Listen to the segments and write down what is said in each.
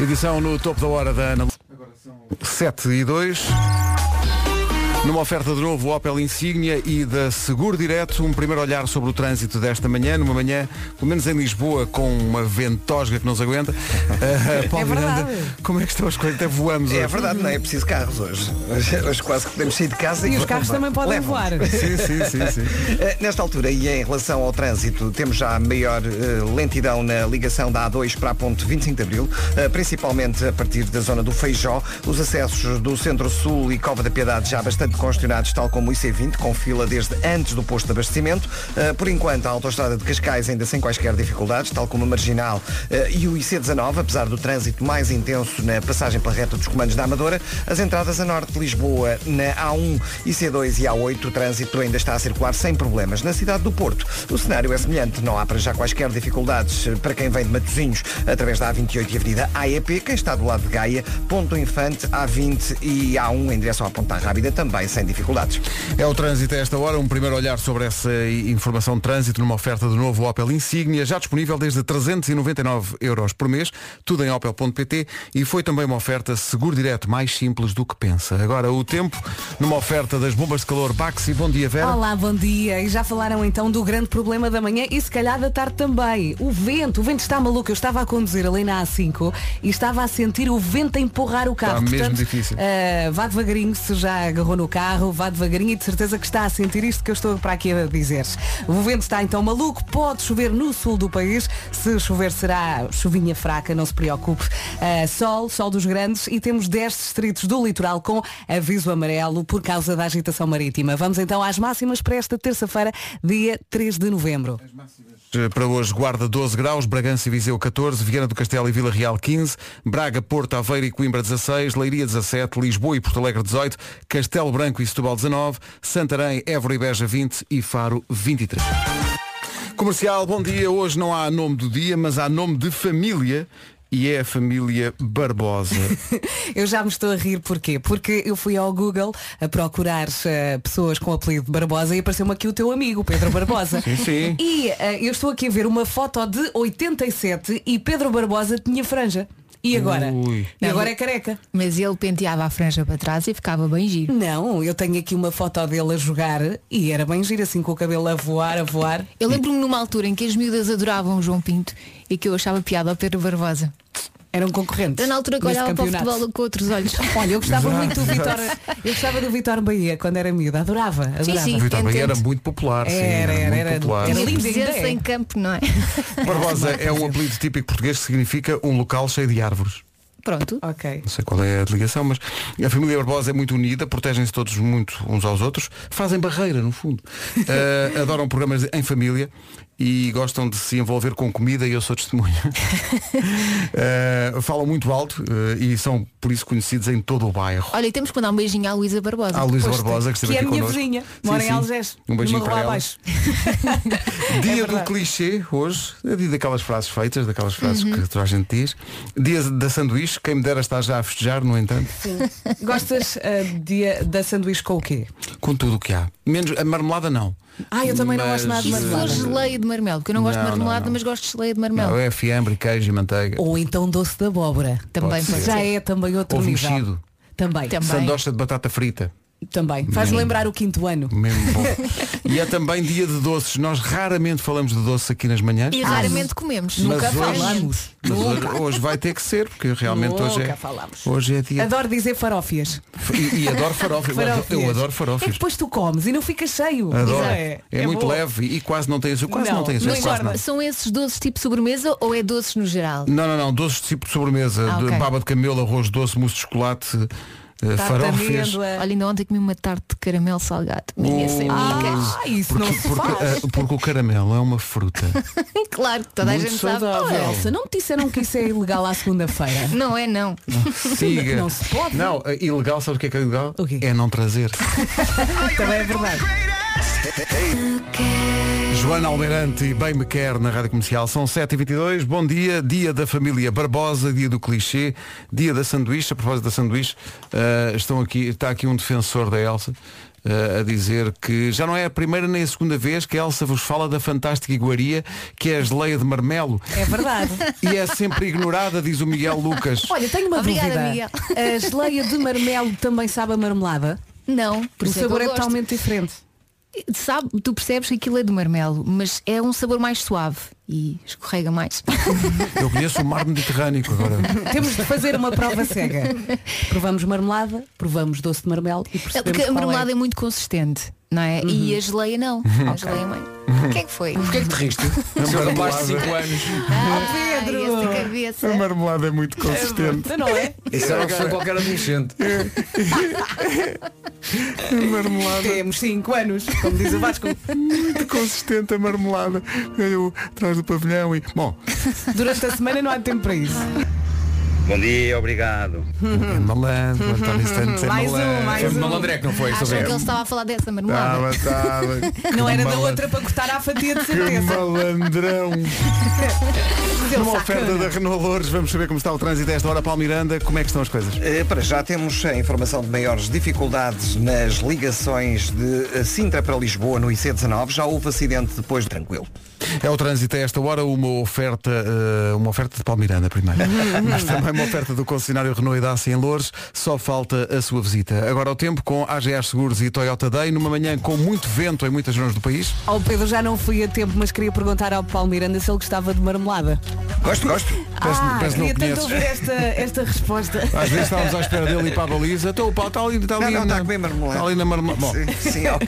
Edição no topo da hora da Ana. Agora são 7 e 2. Numa oferta de novo Opel Insignia e da Seguro Direto, um primeiro olhar sobre o trânsito desta manhã, numa manhã, pelo menos em Lisboa, com uma ventosga que não se aguenta. Ah, Paulo É verdade. Miranda, como é que estão as coisas? Até voamos É hoje. verdade, não é preciso carros hoje. Hoje, hoje quase que podemos sair de casa E os vão carros levar. também podem Levam. voar. Sim, sim, sim, sim. Eh, Nesta altura e em relação ao trânsito, temos já maior eh, lentidão na ligação da A2 para a ponte 25 de Abril, eh, principalmente a partir da zona do Feijó. Os acessos do Centro-Sul e Cova da Piedade já bastante congestionados, tal como o IC20, com fila desde antes do posto de abastecimento. Eh, Por enquanto, a autoestrada de Cascais ainda sem quaisquer dificuldades, tal como a Marginal eh, e o IC19, apesar do trânsito mais intenso na passagem pela reta dos comandos da Amadora, as entradas a norte de Lisboa na A1, IC2 e A8, o trânsito ainda está a circular sem problemas. Na cidade do Porto, o cenário é semelhante. Não há para já quaisquer dificuldades eh, para quem vem de Matosinhos através da A28 e Avenida AEP. Quem está do lado de Gaia, Ponto Infante, A20 e A1 em direção à Ponta Rábida, também sem dificuldades. É o trânsito a esta hora, um primeiro olhar sobre essa informação de trânsito numa oferta do novo Opel Insignia, já disponível desde 399 euros por mês, tudo em opel.pt e foi também uma oferta seguro direto, mais simples do que pensa. Agora o tempo, numa oferta das bombas de calor Baxi. Bom dia, Vera. Olá, bom dia. E já falaram então do grande problema da manhã e se calhar da tarde também. O vento, o vento está maluco. Eu estava a conduzir ali na A5 e estava a sentir o vento a empurrar o Está carro. Tá mesmo Portanto, difícil. eh, vá devagarinho se já agarrou no carro, vá devagarinho e de certeza que está a sentir isto que eu estou para aqui a dizer. O vento está então maluco, pode chover no sul do país. Se chover será chuvinha fraca, não se preocupe. Eh, sol, sol dos grandes e temos 10 distritos do litoral com aviso amarelo por causa da agitação marítima. Vamos então às máximas para esta terça-feira, dia 3 de novembro. Para hoje, Guarda 12 graus, Bragança e Viseu 14, Viana do Castelo e Vila Real 15, Braga, Porto, Aveiro e Coimbra 16, Leiria 17, Lisboa e Porto Alegre 18, Castelo Branco e Setúbal 19, Santarém, Évora e Beja 20 e Faro 23. Comercial, bom dia. Hoje não há nome do dia, mas há nome de família e é a família Barbosa. Eu já me estou a rir, porquê? Porque eu fui ao Google a procurar eh, pessoas com o apelido de Barbosa e apareceu-me aqui o teu amigo, Pedro Barbosa. Sim, sim. E eh, eu estou aqui a ver uma foto de 87 e Pedro Barbosa tinha franja. E agora? Ui. E agora é careca. Mas ele penteava a franja para trás e ficava bem giro. Não, eu tenho aqui uma foto dele a jogar e era bem giro assim com o cabelo a voar, a voar. Eu lembro-me numa altura em que as miúdas adoravam o João Pinto e que eu achava piada ao Pedro Barbosa. Eram concorrentes. Era na altura que nesse olhava para o campeonato. futebol com outros olhos. Olha, eu gostava Exato, muito do Vitor. Eu gostava do Vitor Bahia quando era miúda. Adorava, adorava. sim. O Vitor Bahia Entendo. era muito popular, sim, Era, era, muito era. popular. Era Tinha lindo, ainda presença é. em campo, não é? Barbosa é um apelido típico português que significa um local cheio de árvores. Pronto. Ok. Não sei qual é a ligação, mas a família Barbosa é muito unida, protegem-se todos muito uns aos outros, fazem barreira, no fundo. Ah, adoram programas em família e gostam de se envolver com comida e eu sou testemunha. Ah, falam muito alto ah, e são por isso conhecidos em todo o bairro. Olha, e temos que mandar um beijinho à Luísa Barbosa. À Luísa Pois tem. Barbosa, que esteve Que é a aqui minha connosco. vizinha. Sim, Mora em sim. Algés. Um beijinho numa para rua ela. abaixo. Dia É do verdade. clichê hoje, é dia daquelas frases feitas, daquelas frases Uhum. que toda a gente diz. Dia da sanduíche, quem me dera estar já a festejar, no entanto. Gostas ah, de- da sanduíche com o quê? com tudo o que há. Menos a marmelada não. Ah, eu também não Mas, gosto nada de E se for marmelada. geleia de marmelo, que eu não gosto Não, de não, marmelada, não. mas gosto de geleia de Não, marmelo. é fiambre, queijo e manteiga. Ou então doce de abóbora. Também Pode pode ser. ser. Já é também outro Ovo nível. mexido. Também. Também. Sandosta de batata frita. Também. Faz Hum. lembrar o quinto ano. Mesmo bom. e é também dia de doces. Nós raramente falamos de doces aqui nas manhãs. E raramente comemos. Mas Nunca hoje- falamos. mas hoje, hoje vai ter que ser, porque realmente hoje é. Nunca falamos. Hoje é dia. Adoro dizer farófias. E, e adoro farofa. Eu adoro- Eu adoro É que farofas. depois tu comes e não ficas cheio. Adoro. Não É, muito bom. leve e quase não tem açúcar. Quase não, Não, tem não açúcar. Quase engorda. não. Mas São esses doces tipo sobremesa ou é doces no geral? Não, não, não, doces de tipo de sobremesa, Ah, de ok. baba de camelo, arroz doce, mousse de chocolate, eh, Tarta de farófias. amêndoa. Olha, ainda ontem comi uma tarte de caramelo salgado. Oh. Minha sem micas. Ah, isso não se porque, faz. eh, porque o caramelo é uma fruta. Claro que toda a Muito gente saudável. sabe. Olha, Ora, Elsa, não me disseram que isso é ilegal à segunda-feira. Não é não. Siga. Não se pode. Não, eh, ilegal, sabes o que é que é ilegal? O quê? É não trazer. Também é verdade. Joana Almeirante e Bem Me Quer na Rádio Comercial. São 7h22. Bom dia. Dia da família Barbosa, dia do clichê, dia da sanduíche. A propósito da sanduíche, eh, estão aqui, está aqui um defensor da Elsa eh, a dizer que já não é a primeira nem a segunda vez que a Elsa vos fala da fantástica iguaria que é a geleia de marmelo É verdade. e é sempre ignorada, diz o Miguel Lucas. Olha, tenho uma Obrigada, dúvida. Miguel. A geleia de marmelo também sabe a marmelada? Não, por o isso sabor é é, que eu gosto. totalmente diferente. Sabe, tu percebes que aquilo é de marmelo, mas é um sabor mais suave e escorrega mais. Eu conheço o mar Mediterrâneo agora. Temos de fazer uma prova cega. Provamos marmelada, provamos doce de marmelo e É percebemos porque a qual marmelada é. muito consistente, não é? Uhum. E a geleia não. A geleia mãe. O que é que foi? Porquê que te riste? Seu rapaz de 5 anos. Ah, Pedro! essa cabeça. A marmelada é muito consistente. é. Não é? Isso era o que foi qualquer adolescente. A marmelada Temos 5 anos, como diz o Vasco. muito consistente, a marmelada. Eu atrás do pavilhão e. Bom, Durante a semana não há tempo para isso. Bom dia, obrigado. é malandro, o António Santos é Mais um, malandro. mais Foi um. malandreco, não foi? Acham que Uhum. ele estava a falar dessa marmelada? Tava, tava. Não Que era da malan- outra para cortar à fatia de Que certeza. malandrão. Mas ele Numa sacana. oferta da Renault Lourdes, vamos saber como está o trânsito a esta hora. Paulo Miranda, como é que estão as coisas? Eh, Para já temos a informação de maiores dificuldades nas ligações de eh, Sintra para Lisboa no IC19. Já houve acidente depois de tranquilo. É o trânsito a esta hora, uma oferta, eh, uma oferta de Paulo Miranda primeiro. Mas também uma oferta do concessionário Renault e Dacia em Lourdes, só falta a sua visita. Agora o tempo com AGA Seguros e Toyota Day, numa manhã com muito vento em muitas zonas do país. Ao Pedro já não fui a tempo, mas queria perguntar ao Paulo Miranda se ele gostava de marmelada. Gosto, gosto. Parece- ah, parece que não queria o tanto conheces. ouvir esta, esta resposta. Às vezes estávamos à espera dele ir para a baliza. Então o pau está ali, está ali, Não, não, na, está a comer marmelada. está ali na marmelada. Bom, Sim, sim, ok.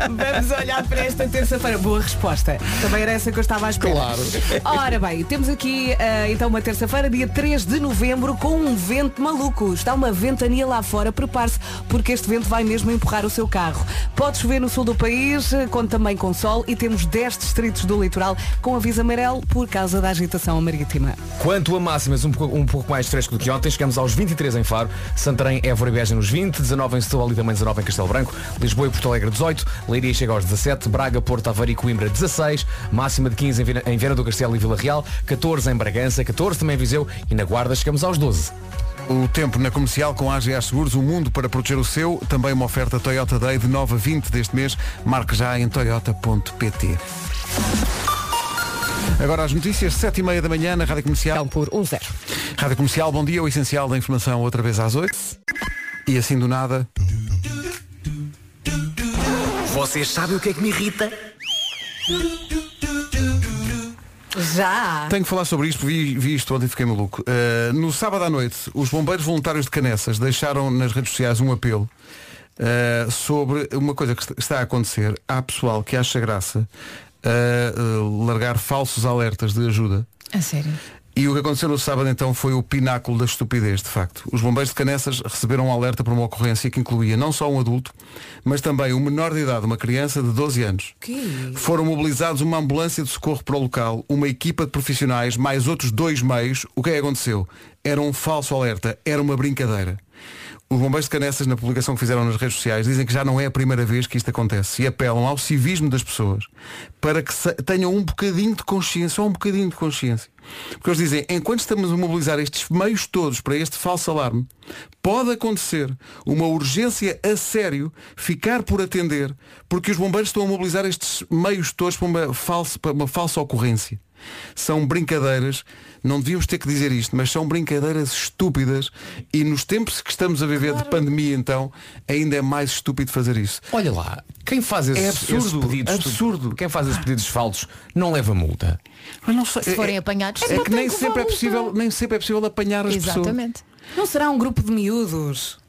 Vamos olhar para esta terça-feira. Boa resposta. Também era essa que eu estava à espera. Claro. Ora bem, temos aqui ah, então uma terça-feira, dia 3 de novembro, com um vento maluco. Está uma ventania lá fora. Prepare-se, porque este vento vai mesmo empurrar o seu carro. Pode chover no sul do país, eh, conta também com sol e temos 10 distritos do litoral com aviso amarelo por causa da agitação marítima. Quanto a máximas, um pouco, um pouco mais fresco do que ontem, chegamos aos 23 em Faro, Santarém, Évora e Beja nos 20, 19 em Setúbal e também 19 em Castelo Branco, Lisboa e Porto Alegre 18, Leiria chega aos 17, Braga, Porto, Aveiro e Coimbra 16, máxima de 15 em Viana, em Viana do Castelo e Vila Real, 14 em Bragança, 14 também em Viseu e na Guarda chegamos aos 12. O tempo na comercial com a AGA Seguros, o mundo para proteger o seu, também uma oferta Toyota Day de 9 a 20 deste mês. Marque já em toyota.pt. Agora as notícias, 7 e meia da manhã na Rádio Comercial. Então por 1-0. Rádio Comercial, bom dia, o essencial da informação outra vez às 8. E assim do nada, Vocês sabem o que é que me irrita? Já! tenho que falar sobre isto, vi, vi isto ontem e fiquei maluco. Uh, no sábado à noite, os bombeiros voluntários de Canessas deixaram nas redes sociais um apelo uh, sobre uma coisa que est- está a acontecer. Há pessoal que acha graça uh, uh, largar falsos alertas de ajuda. A sério. E o que aconteceu no sábado então foi o pináculo da estupidez, de facto. Os bombeiros de Canessas receberam um alerta para uma ocorrência que incluía não só um adulto, mas também um menor de idade, uma criança de 12 anos. Foram mobilizados uma ambulância de socorro para o local, uma equipa de profissionais, mais outros dois meios. O que é que aconteceu? Era um falso alerta, era uma brincadeira. Os bombeiros de Canessas, na publicação que fizeram nas redes sociais, dizem que já não é a primeira vez que isto acontece e apelam ao civismo das pessoas para que se- tenham um bocadinho de consciência, só um bocadinho de consciência. Porque eles dizem, enquanto estamos a mobilizar estes meios todos para este falso alarme, pode acontecer uma urgência a sério ficar por atender, porque os bombeiros estão a mobilizar estes meios todos para uma falsa, para uma falsa ocorrência. São brincadeiras, não devíamos ter que dizer isto, mas são brincadeiras estúpidas e nos tempos que estamos a viver de pandemia então, ainda é mais estúpido fazer isso. Olha lá, quem faz esses, É absurdo, esses pedidos absurdo. quem faz esses pedidos falsos não leva multa. Mas não sei, Se forem apanhados, é, não que tem nem culpa sempre é alguma. possível, nem sempre é possível apanhar as pessoas. Exatamente. Não será um grupo de miúdos?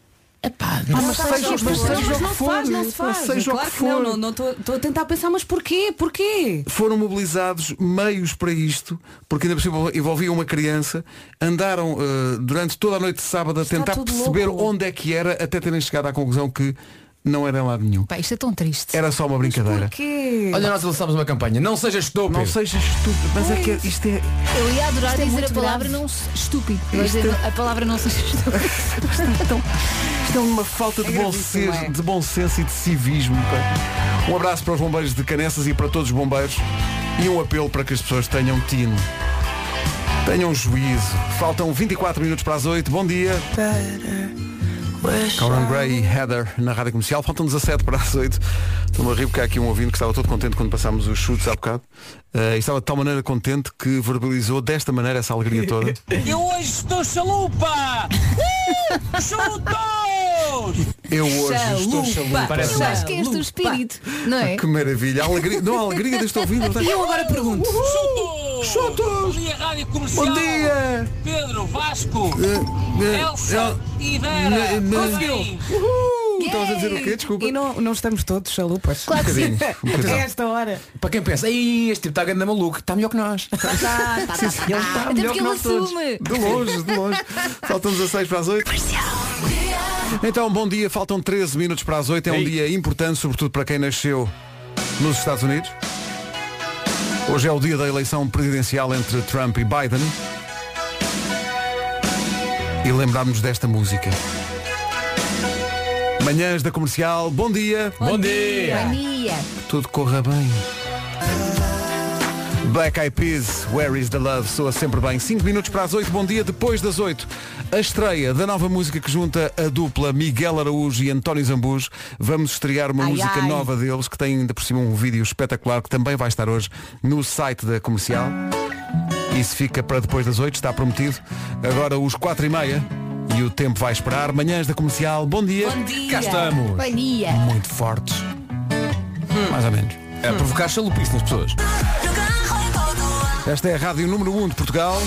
Epá, Ah, Ah, mas sei. seja- mas Não, seja o mas que não for, faz, não se mas faz. seja o claro que que não, for. não, não estou a tentar pensar, mas porquê? Porquê? foram mobilizados meios para isto, porque ainda por cima envolvia uma criança, andaram eh, durante toda a noite de sábado a Está tentar tudo perceber louco. onde é que era, até terem chegado à conclusão que não era em lado nenhum. Pá, isto é tão triste. Era só uma brincadeira. Porquê? Olha, nós lançámos uma campanha, não seja estúpido. Não seja estúpido, mas é que isto é. Eu ia adorar Isto é dizer muito a palavra grave. não se- estúpido. Eu ia dizer é A palavra não se estúpido. Isto é uma falta de, bom gravíssimo, senso, é. de bom senso e de civismo. pá. Um abraço para os bombeiros de Canessas e para todos os bombeiros e um apelo para que as pessoas tenham tino. Tenham juízo. Faltam 24 minutos para as 8. Bom dia. Conan Gray e Heather na rádio comercial. Faltam 17 para as 8. Estou-me a rir porque há aqui um ouvinte que estava todo contente quando passámos os chutes há bocado. Eh, e estava de tal maneira contente que verbalizou desta maneira essa alegria toda. Eu hoje estou chalupa! Uh, chalutos! Eu hoje estou Chalupa. chalupa. Parece- Eu acho que és do Lupa. espírito, não é? Que maravilha. A alegria, não, a alegria deste ouvido. E eu agora pergunto. Chutos! Chutos! Bom dia, Rádio Comercial! Bom dia! Pedro, Vasco, Eh, eh, É Elsa e eh, Vera! na- na- Conseguiu! Uhul! Estavas a dizer o quê? Desculpa. E não, não estamos todos chalupas. Claro que Um sim. bocadinho, um A bocadinho. esta hora. Para quem pensa, "Ei, este tipo está grande maluco, está melhor que nós. Tá, tá, tá, tá, Ele tá. está Até melhor porque que ele nós todos. assume. De longe, de longe. Faltam 16 para as 8. Então, bom dia. Faltam 13 minutos para as 8. É um dia importante, sobretudo para quem nasceu nos Estados Unidos. Hoje é o dia da eleição presidencial entre Trump e Biden. E lembrarmos desta música. Manhãs da comercial, bom dia. Bom dia! Mania. Tudo corra bem. Black Eyed Peas, Where is the Love? Soa sempre bem. 5 minutos para as 8, bom dia. Depois das 8, a estreia da nova música que junta a dupla Miguel Araújo e António Zambujo. Vamos estrear uma Ai, música ai. nova deles, que tem ainda por cima um vídeo espetacular, que também vai estar hoje no site da comercial. Isso fica para depois das 8, está prometido. Agora os 4 e meia e o tempo vai esperar. Manhãs da comercial, bom dia. Bom dia. Cá estamos! Mania. Muito fortes. Hum. Mais ou menos. A provocar chalupice nas pessoas. Esta é a Rádio Número 1 de Portugal.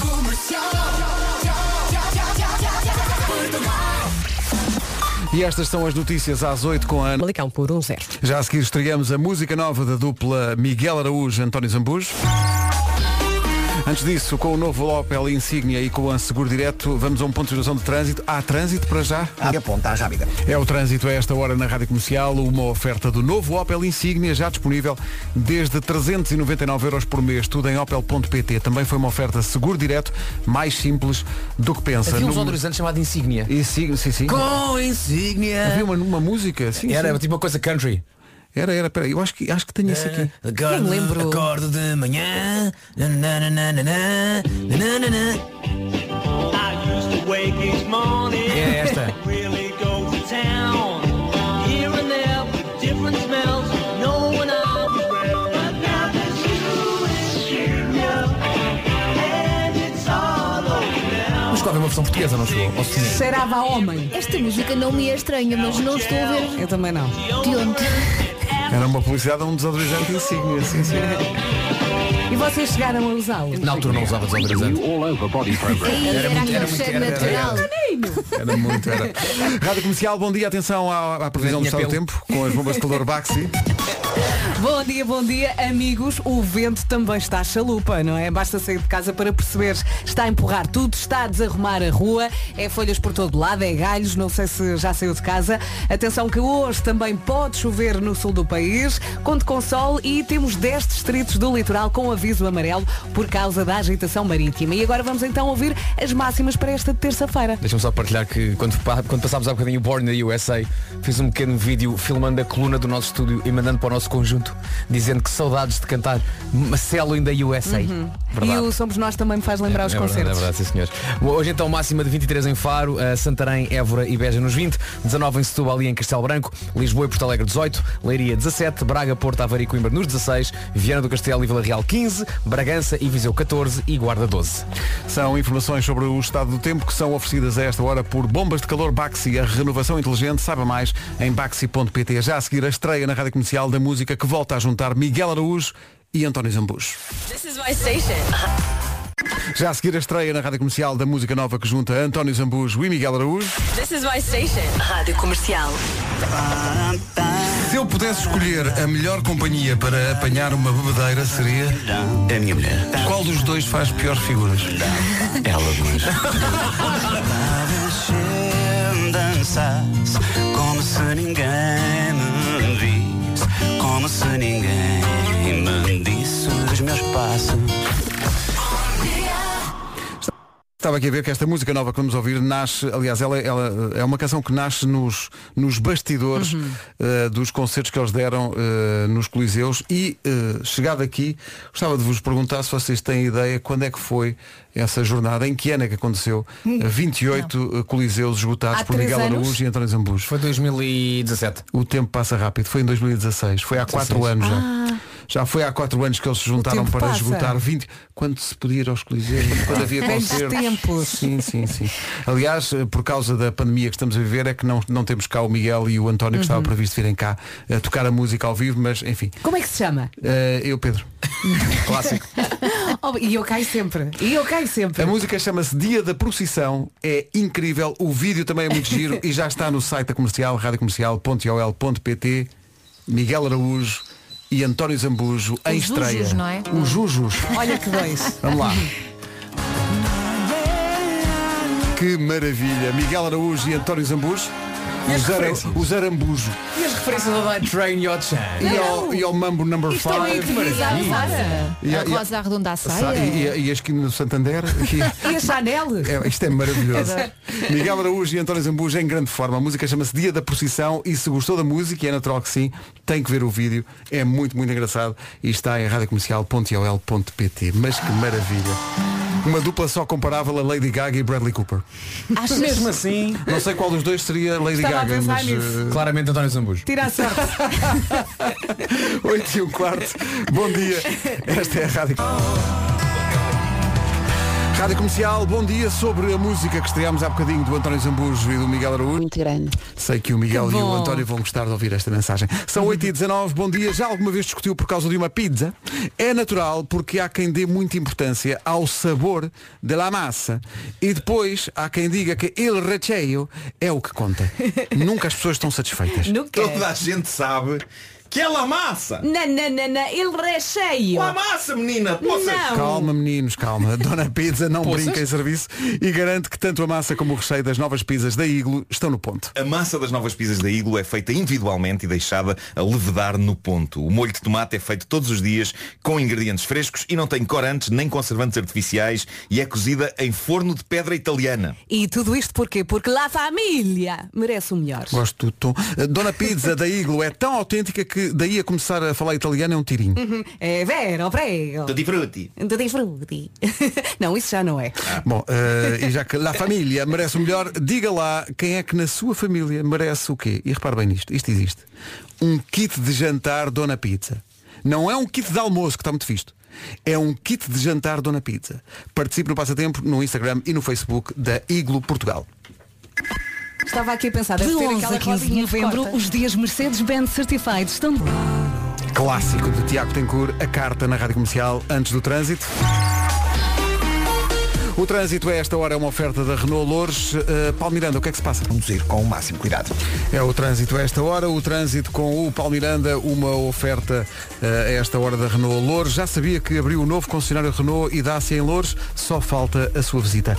E estas são as notícias às 8 com a Ana. Malicão por 1-0. Já a seguir estreamos a música nova da dupla Miguel Araújo e António Zambujo. Antes disso, com o novo Opel Insignia e com a Seguro Direto, vamos a um ponto de situação de trânsito. Há trânsito para já? E aponta à rápida. É o trânsito a esta hora na Rádio Comercial, uma oferta do novo Opel Insignia, já disponível desde 399 euros por mês, tudo em opel.pt. Também foi uma oferta seguro direto, mais simples do que pensa. Havia uns Num- odorizantes chamado Insígnia. Insignia, sim, sim. Com Insígnia! Havia uma, uma música, sim, Era sim. tipo uma coisa country. Era, era, peraí, eu acho que, acho que tenho isso aqui. Acordo, Não me lembro. acordo de manhã. Na, na, na, na, na, na, na, na, na. É esta. Mas qual é uma versão portuguesa, não chegou? Ou se tinha? Cheirava a homem. Esta música não me é estranha, mas não estou a ver Eu também não. de onde. Era uma publicidade a um desodorizante Insignia, sim, sim. E vocês chegaram a usá-lo? Na altura não usava desodorizante. Aí era, muito- aquele era muito- cheiro era- natural. Era muito, era. Rádio Comercial, bom dia, atenção à, à previsão do Minha estado do pele. tempo, com as bombas de calor Baxi. Bom dia, bom dia, amigos. O vento também está chalupa, não é? Basta sair de casa para perceberes. Está a empurrar tudo, está a desarrumar a rua, é folhas por todo lado, é galhos, não sei se já saiu de casa. Atenção que hoje também pode chover no sul do país. Conte com sol e temos 10 distritos do litoral com aviso amarelo por causa da agitação marítima. E agora vamos então ouvir as máximas para esta terça-feira. Deixa-me só partilhar que quando, pa- quando passámos há bocadinho o Born na USA, fiz um pequeno vídeo filmando a coluna do nosso estúdio e mandando para o nosso conjunto, dizendo que saudades de cantar Marcelo in the USA. Uhum. E o Somos Nós também me faz lembrar os é concertos. Verdade, é verdade, sim, senhores. Hoje então máxima de 23 em Faro, eh, Santarém, Évora e Beja nos 20, 19 em Setúbal e em Castelo Branco, Lisboa e Porto Alegre 18, Leiria 17, Braga, Porto, Aveiro e Coimbra nos 16, Viana do Castelo e Vila Real 15, Bragança e Viseu 14 e Guarda 12. São informações sobre o estado do tempo que são oferecidas a esta hora por bombas de calor Baxi, a renovação inteligente. Saiba mais em baxi.pt. Já a seguir a estreia na rádio comercial da música que volta a juntar Miguel Araújo e António Zambujo. Já a seguir a estreia na rádio comercial da música nova que junta António Zambujo e Miguel Araújo. Rádio Comercial. Se eu pudesse escolher a melhor companhia para apanhar uma bebedeira seria. É a minha mulher. Qual dos dois faz piores figuras? Ela diz. Danças como se ninguém me visse, como se ninguém me disse os meus passos. Estava aqui a ver que esta música nova que vamos ouvir nasce, aliás, ela, ela é uma canção que nasce nos, nos bastidores Uhum. eh, dos concertos que eles deram eh, nos Coliseus e, eh, chegado aqui, gostava de vos perguntar se vocês têm ideia quando é que foi essa jornada, em que ano é que aconteceu Hum, 28 eh, Coliseus esgotados Há por três Miguel anos? Araújo e António Zambujo. Foi 2017. O tempo passa rápido. Foi em 2016. Foi há 4 anos já. Já foi há 4 anos que eles se juntaram Ah. tempo para passa. esgotar 20. Quando se podia ir aos Coliseus, quando havia Grandes concertos. tempos. Sim, sim, sim. Aliás, eh, por causa da pandemia que estamos a viver, é que não, não temos cá o Miguel e o António que estava Uhum. previsto virem cá a tocar a música ao vivo, mas enfim. Como é que se chama? Eh, eu, Pedro. Clássico. Oh, e eu caio sempre. E eu caio sempre. É A música chama-se Dia da Procissão, é incrível, o vídeo também é muito giro e já está no site da comercial, radiocomercial.ol.pt, Miguel Araújo e António Zambujo em Os estreia. Jujus, não é? Os Jujus. Olha que dois. Vamos lá. Que maravilha. Miguel Araújo e António Zambujo. Os, ara, os Arambujo. E as referências ao Light Train e ao Chan? E ao, e ao Mambo Number Isto é muito 5. utilizado, Sara. E a- A e a- rosa arredonda à saia. é E, a- e a esquina do Santander. E- E a Chanel? É, isto é maravilhoso. Miguel Araújo e António Zambujo em grande forma. A música chama-se Dia da Procissão e se gostou da música, e é natural que sim, tem que ver o vídeo. É muito, muito engraçado e está em radiocomercial.ol.pt. Mas que maravilha. Uma dupla só comparável a Lady Gaga e Bradley Cooper. Achas? Mesmo assim, Não sei qual dos dois seria Lady Estava a Gaga, pensar mas... nisso. eh, claramente António Zambujo. Tira a sorte. 8 e um quarto. Bom dia. Esta é a Rádio Rádio Comercial, bom dia sobre a música que estreámos há bocadinho do António Zambujo e do Miguel Araújo. Muito grande. Sei que o Miguel e o bom. António vão gostar de ouvir esta mensagem. São 8 e 19 bom dia. Já alguma vez discutiu por causa de uma pizza? É natural porque há quem dê muita importância ao sabor da massa. E depois há quem diga que ele recheio é o que conta. Nunca as pessoas estão satisfeitas. Nunca. Toda a gente sabe que ela amassa. Não, não, não, não. Ele recheio. Ela amassa, menina. Poças. Não. Calma, meninos, calma. A Dona Pizza não brinca em serviço e garante que tanto a massa como o recheio das novas pizzas da Iglo estão no ponto. A massa das novas pizzas da Iglo é feita individualmente e deixada a levedar no ponto. O molho de tomate é feito todos os dias com ingredientes frescos e não tem corantes nem conservantes artificiais e é cozida em forno de pedra italiana. E tudo isto porquê? Porque lá a família merece o melhor. Gosto do tom. A Dona Pizza da Iglo é tão autêntica que daí a começar a falar italiano é um tirinho. É vero, prego. Tutti frutti. Tutti frutti. Não, isso já não é. Bom, eh, e já que a família merece o melhor, diga lá quem é que na sua família merece o quê? E repare bem nisto, isto existe. Um kit de jantar Dona Pizza. Não é um kit de almoço que está muito visto. É um kit de jantar Dona Pizza. Participe no passatempo no Instagram e no Facebook da Iglo Portugal. Estava aqui a pensar, deve De ter 11 aquela a 15 de rodinha que novembro, corta. os dias Mercedes-Benz Certified estão... Clássico de Tiago Tencour, a carta na Rádio Comercial antes do trânsito. O trânsito a esta hora é uma oferta da Renault Loures. Uh, Paulo Miranda, o que é que se passa? Conduzir com o máximo cuidado. É o trânsito a esta hora, o trânsito com o Palmiranda, uma oferta eh, a esta hora da Renault Loures. Já sabia que abriu o novo concessionário Renault e dá-se em Loures, só falta a sua visita.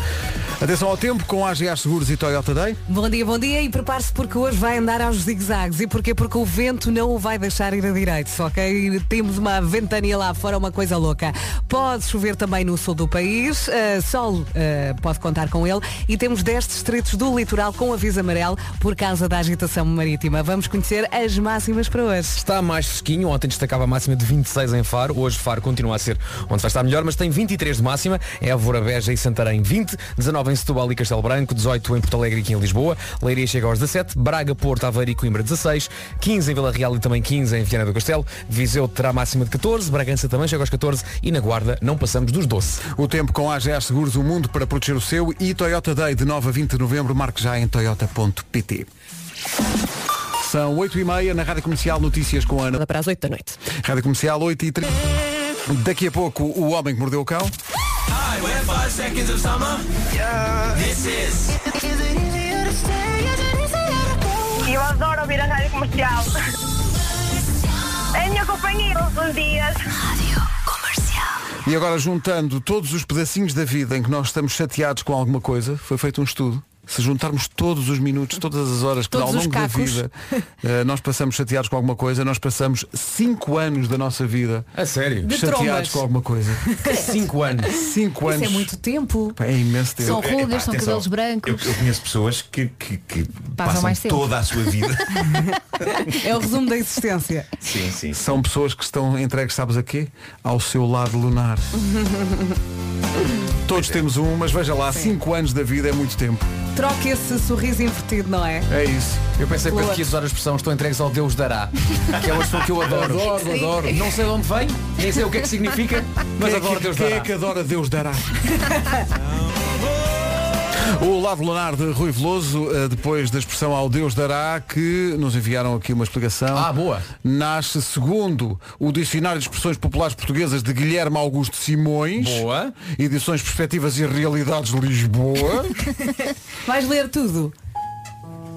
Atenção ao tempo com a AGA Seguros e Toyota Day. Bom dia, bom dia e prepare-se porque hoje vai andar aos zigue-zagues. E porquê? Porque o vento não o vai deixar ir a direito, ok? E Temos uma ventania lá fora, uma coisa louca. Pode chover também no sul do país, eh, sol eh, pode contar com ele. E temos 10 distritos do litoral com aviso amarelo por causa da agitação marítima. Vamos conhecer as máximas para hoje. Está mais fresquinho, ontem destacava a máxima de 26 em Faro, hoje Faro continua a ser onde vai estar melhor, mas tem 23 de máxima, é Évora, Beja e Santarém 20, 19 em Setúbal e Castelo Branco, 18 em Porto Alegre e aqui em Lisboa, Leiria chega aos 17, Braga, Porto, Aveiro e Coimbra 16, 15 em Vila Real e também 15 em Viana do Castelo, Viseu terá máxima de 14, Bragança também chega aos 14 e na Guarda não passamos dos 12. O tempo com a AGA Seguros, o mundo para proteger o seu e Toyota Day de 9 a 20 de novembro. Marque já em toyota.pt. São 8h30 na Rádio Comercial Notícias com a Ana. Para as 8 da noite. Rádio Comercial 8h30. Daqui a pouco, o homem que mordeu o cão. Eu adoro ouvir a rádio comercial. É a minha companhia todos os dias. E agora juntando todos os pedacinhos da vida em que nós estamos chateados com alguma coisa, foi feito um estudo se juntarmos todos os minutos, todas as horas que Todos ao os longo da cacos. vida eh, nós passamos chateados com alguma coisa, nós passamos 5 anos da nossa vida A sério? De chateados trombas. com alguma coisa. 5 anos. 5 Isso anos. é muito tempo. Pá, É imenso assim. tempo. São Eu- rugas, epá, são atenção, cabelos brancos. Eu, eu conheço pessoas que, que, que passam mais tempo. toda a sua vida. É o resumo da existência. sim, sim. São pessoas que estão entregues, sabes a quê? Ao seu lado lunar. Todos temos um, mas veja lá, 5 anos da vida é muito tempo. Troca esse sorriso invertido, não é? É isso. Eu pensei Boa. quando quis usar a expressão estou entregues ao Deus dará. Que é uma pessoa que eu adoro. Adoro, adoro. Não sei de onde vem, nem sei o que é que significa, Quem mas é adoro que- Deus quem dará. é que adora Deus dará? O lado lunar de Rui Veloso, eh, depois da expressão ao Deus dará, que nos enviaram aqui uma explicação. Ah, boa. Nasce segundo o Dicionário de Expressões Populares Portuguesas de Guilherme Augusto Simões. Boa. Edições Perspectivas e Realidades de Lisboa. Vais ler tudo.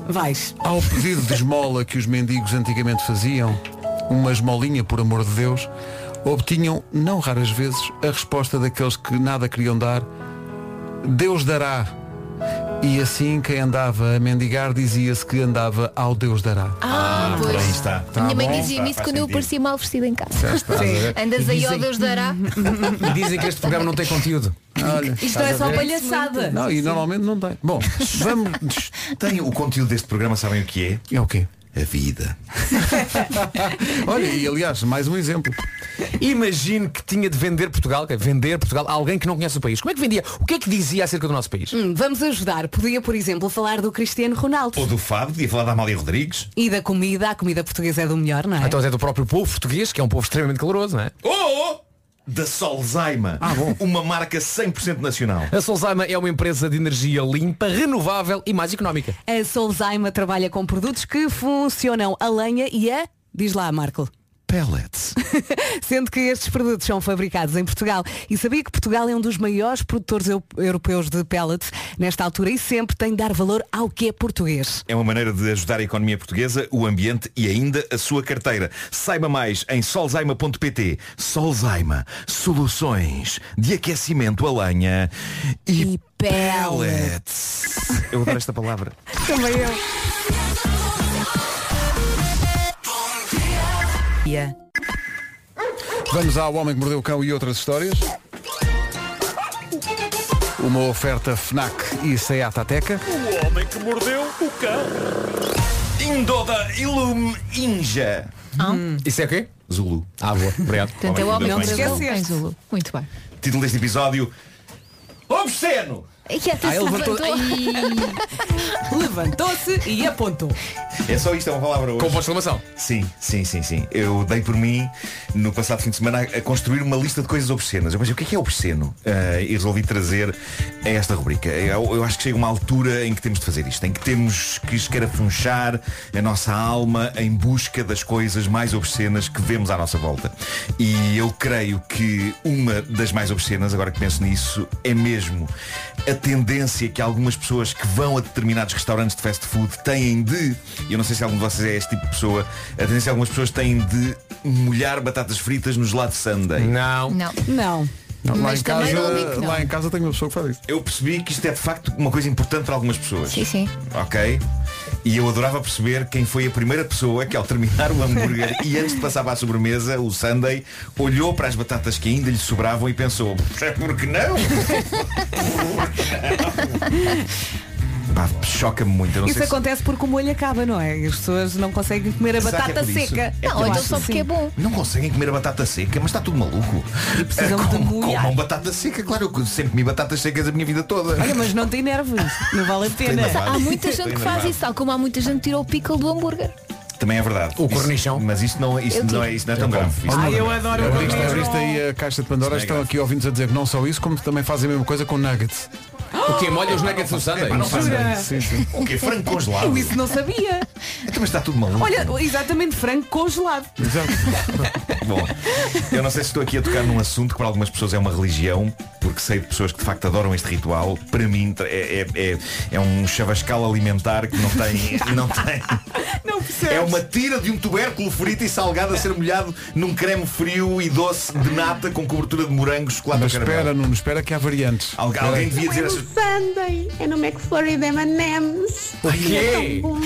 Vais. Ao pedido de esmola que os mendigos antigamente faziam, uma esmolinha, por amor de Deus, obtinham, não raras vezes, a resposta daqueles que nada queriam dar, Deus dará. E assim quem andava a mendigar dizia-se que andava ao Deus dará. Ah, pois. Aí está. A Tá Minha mãe bom. dizia-me isso Faz quando eu sentido. aparecia mal vestida em casa. Sim. Andas aí, ó Dizem- Deus dará. E dizem que este programa não tem conteúdo. Olha. Isto não é só palhaçada. Não, e normalmente não tem. Bom, vamos. Tem o conteúdo deste programa, sabem o que é? É o quê? A vida. Olha, e aliás, mais um exemplo. Imagine que tinha de vender Portugal, que é vender Portugal a alguém que não conhece o país. Como é que vendia? O que é que dizia acerca do nosso país? Hum, Vamos ajudar. Podia, por exemplo, falar do Cristiano Ronaldo. Ou do Fábio, podia falar da Amália Rodrigues. E da comida. A comida portuguesa é do melhor, não é? Então é do próprio povo português, que é um povo extremamente caloroso, não é? Ou da Solzaima. Uma marca 100% nacional. A Solzaima é uma empresa de energia limpa, renovável e mais económica. A Solzaima trabalha com produtos que funcionam a lenha e a... Diz lá, Marco. Pellets. Sendo que estes produtos são fabricados em Portugal e sabia que Portugal é um dos maiores produtores eu- europeus de pellets nesta altura e sempre tem de dar valor ao que é português. É uma maneira de ajudar a economia portuguesa, o ambiente e ainda a sua carteira. Saiba mais em solzaima.pt. Solzaima. Soluções de aquecimento a lenha e, E pellets. pellets. Eu adoro esta palavra. Também eu. Yeah. Vamos ao Homem que Mordeu o Cão e outras histórias. Uma oferta FNAC e Seat Ateca. Indoda Ilum Inja. Isso é o quê? Zulu. Ah, boa. Obrigado. Portanto, é o Homem homem que que mordeu o cão. mordeu em Zulu. Muito bem. Ah, Título deste episódio. Obsceno! E que até Ah, se ele levantou- levantou. Levantou-se e apontou. É só isto, é uma palavra hoje. Com ponto de exclamação. Sim, sim, sim, sim. Eu dei por mim no passado fim de semana a, a construir uma lista de coisas obscenas. Eu pensei, o que é que é obsceno? Ah, e resolvi trazer a esta rubrica. Eu, eu acho que chega uma altura em que temos de fazer isto, em que temos que escarafunchar a nossa alma em busca das coisas mais obscenas que vemos à nossa volta. E eu creio que uma das mais obscenas, agora que penso nisso, é mesmo a tendência que algumas pessoas que vão a determinados restaurantes de fast food têm de, e eu não sei se algum de vocês é este tipo de pessoa, a tendência que algumas pessoas têm de molhar batatas fritas no gelado sundae. Não. Não. Não. Lá Mas em, também não digo casa, que não. lá em casa tem uma pessoa que faz isso. Eu percebi que isto é de facto uma coisa importante para algumas pessoas. Sim, sim. Ok? E eu adorava perceber quem foi a primeira pessoa que ao terminar o hambúrguer e antes de passar para a sobremesa, o Sunday, olhou para as batatas que ainda lhe sobravam e pensou, é porque não? Pá, Choca-me muito, eu não Isso sei se- acontece porque o molho acaba, não é? E as pessoas não conseguem comer a Será que é batata por isso? seca. É Não, Eu então acho só que porque é sim. bom. Não conseguem comer a batata seca, mas está tudo maluco. E precisam Ah, de com- molhar. Comam batata seca, claro, eu sempre comi batatas secas a minha vida toda. Olha, mas não tem nervos. Não vale a pena. Tem, não vale. Há muita gente Tem, que não faz vale. isso, tal como há muita gente que tira o pickle do hambúrguer. Também é verdade. O Isso- cornichão. Mas isso não, isso Eu não, tive. é, isso não é tão grave. Isso não é Ai, grave. eu adoro o Abriste, Gabriel. abriste aí a caixa de Pandora, Isso não é estão aqui ouvintes a dizer que não só isso, como também fazem a mesma coisa com nuggets. O que molha os nuggets no Sunday? Epá, não faz Jura? nada. Sim, sim. O quê? Frango congelado? Eu um isso não sabia. Então, mas está tudo maluco. Olha, exatamente frango congelado. Exato. Bom, eu não sei se estou aqui a tocar num assunto que para algumas pessoas é uma religião porque sei de pessoas que de facto adoram este ritual. Para mim tra- é, é, é, é um chavascal alimentar que não tem. Não tem. É uma tira de um tubérculo frito e salgado a ser molhado num creme frio e doce de nata com cobertura de morango, chocolate Mas ou caramelo. espera, Nuno, espera que há variantes. Algu- Espera. alguém devia dizer assim, essas Sunday, é no McFlurry de M&M's. O quê? É tão bom.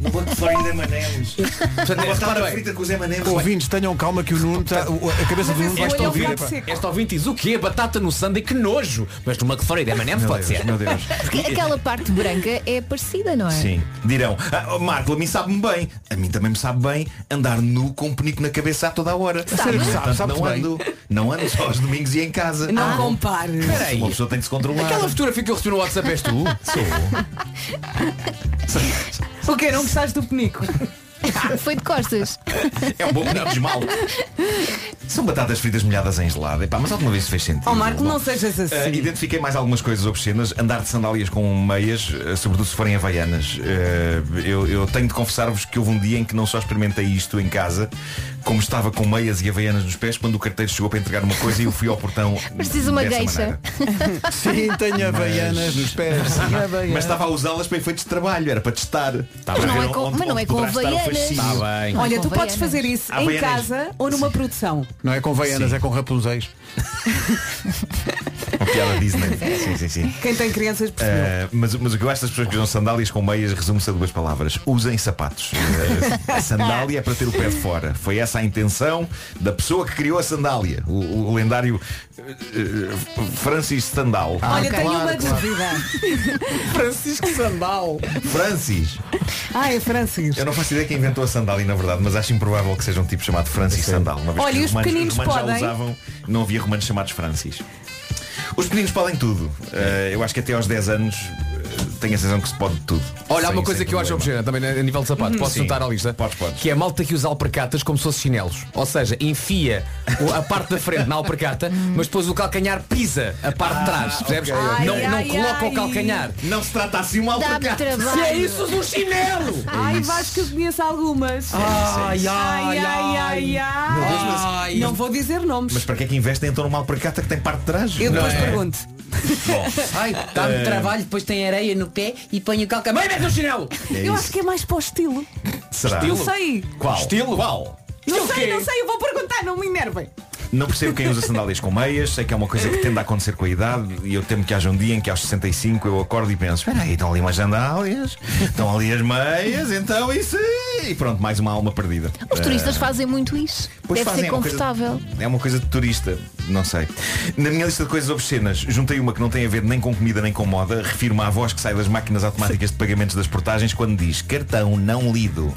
No McFlurry de M&M's. Portanto, é, Uma repara batata bem. frita com os M&M's. Ouvintes, tenham calma que o Nuno está. o- A cabeça do Nuno vai Esta estar ouvir. ouvinte, esta ouvinte diz o quê? Batata no sundae, que nojo! Mas numa que farei de M&M's Meu pode Deus, ser. meu Deus. Porque aquela parte branca é parecida, não é? Sim. Dirão, "Ah, oh, Marco, a mim sabe-me bem. A mim também me sabe bem andar nu com um penico na cabeça a toda a hora. Sabe? Sério que No sabe, entanto, sabe-te não bem. ando, não ando só aos domingos e em casa. Não Ah, compares. Peraí. Uma pessoa tem que se controlar. Uh, Aquela fotografia que eu recebi no WhatsApp és tu? O quê? Não gostaste do penico? Foi de costas. É um bom bocado de esmalte. São batatas fritas molhadas em gelado. Epá, mas alguma vez isso fez sentido. Ó Oh, Marco, não Bom, sejas assim. eh, identifiquei mais algumas coisas obscenas. Andar de sandálias com meias, eh, sobretudo se forem havaianas. Eh, eu, eu tenho de confessar-vos que houve um dia em que não só experimentei isto em casa, como estava com meias e havaianas nos pés, quando o carteiro chegou para entregar uma coisa e eu fui ao portão. Mas diz uma dessa gueixa. maneira. Sim, tenho havaianas nos pés. Tenho havaianas. Mas tá- estava a usá-las para efeitos de trabalho, era para testar. Para não ver é com- onde- mas não onde é com poderá estar o havaianas. fascínio. Está bem. Olha, com tu podes Havaianas. fazer isso em Havaianas. casa ou numa produção. Não é com veianas, Sim. é com rapunzeis. Uma piada Disney. Sim, sim, sim. Quem tem crianças percebeu. Uh, mas, mas o que eu acho das pessoas que usam sandálias com meias resume-se a duas palavras. Usem sapatos. Uh, a sandália é para ter o pé de fora. Foi essa a intenção da pessoa que criou a sandália. O, o lendário uh, uh, Francis Sandal. Olha, tenho uma dúvida. Francisco Sandal. Francis. Ah, é Francis. Eu não faço ideia quem inventou a sandália, na verdade, mas acho improvável que seja um tipo chamado É Francis Sandal. Uma vez Olha, que e os os romanos, pequeninos os romanos podem? já usavam, não havia romanos chamados Francis. Os pequeninos podem tudo. Uh, eu acho que até aos 10 anos uh, tenho a sensação que se pode tudo. Olha, há Sem- uma coisa sem que eu acho problema. obscena também né, a nível de sapato, posso Sim. juntar à lista? Podes, podes. Que é a malta que usa alpercatas como se fossem chinelos. Ou seja, enfia o- a parte da frente na alpercata, mas depois o calcanhar pisa a parte de trás. Percebes? ok, ok. Não, Ai, não ai, coloca ai. o calcanhar. Não se trata assim uma Dá-me alpercata. trabalho. Se é isso, usa um chinelo! Ai, Vasco, eu conheço algumas. Ai, Ai, ai, ai, ai. Não vou dizer nomes. Mas para que é que investem então numa alpercata que tem parte de trás? Eu depois Não é? pergunto. Bom, Ai, dá-me trabalho, depois tem areia no pé e põe o calcanhar. Mãe, mete o chinelo! é eu isso. acho que é mais para o estilo. Será? Não sei. Qual? Estilo? Qual? Não o sei, quê? não sei, eu vou perguntar, não me enervem. Não percebo quem usa sandálias com meias, sei que é uma coisa que tende a acontecer com a idade e eu temo que haja um dia em que aos 65 eu acordo e penso, espera aí, estão ali umas sandálias, estão ali as meias, então isso. E pronto, mais uma alma perdida. Os turistas fazem muito isso. É. Pois Deve fazem, ser é uma coisa- confortável. é uma coisa de turista, não sei. Na minha lista de coisas obscenas, juntei uma que não tem a ver nem com comida nem com moda. Refiro-me à voz que sai das máquinas automáticas de pagamentos das portagens quando diz cartão não lido.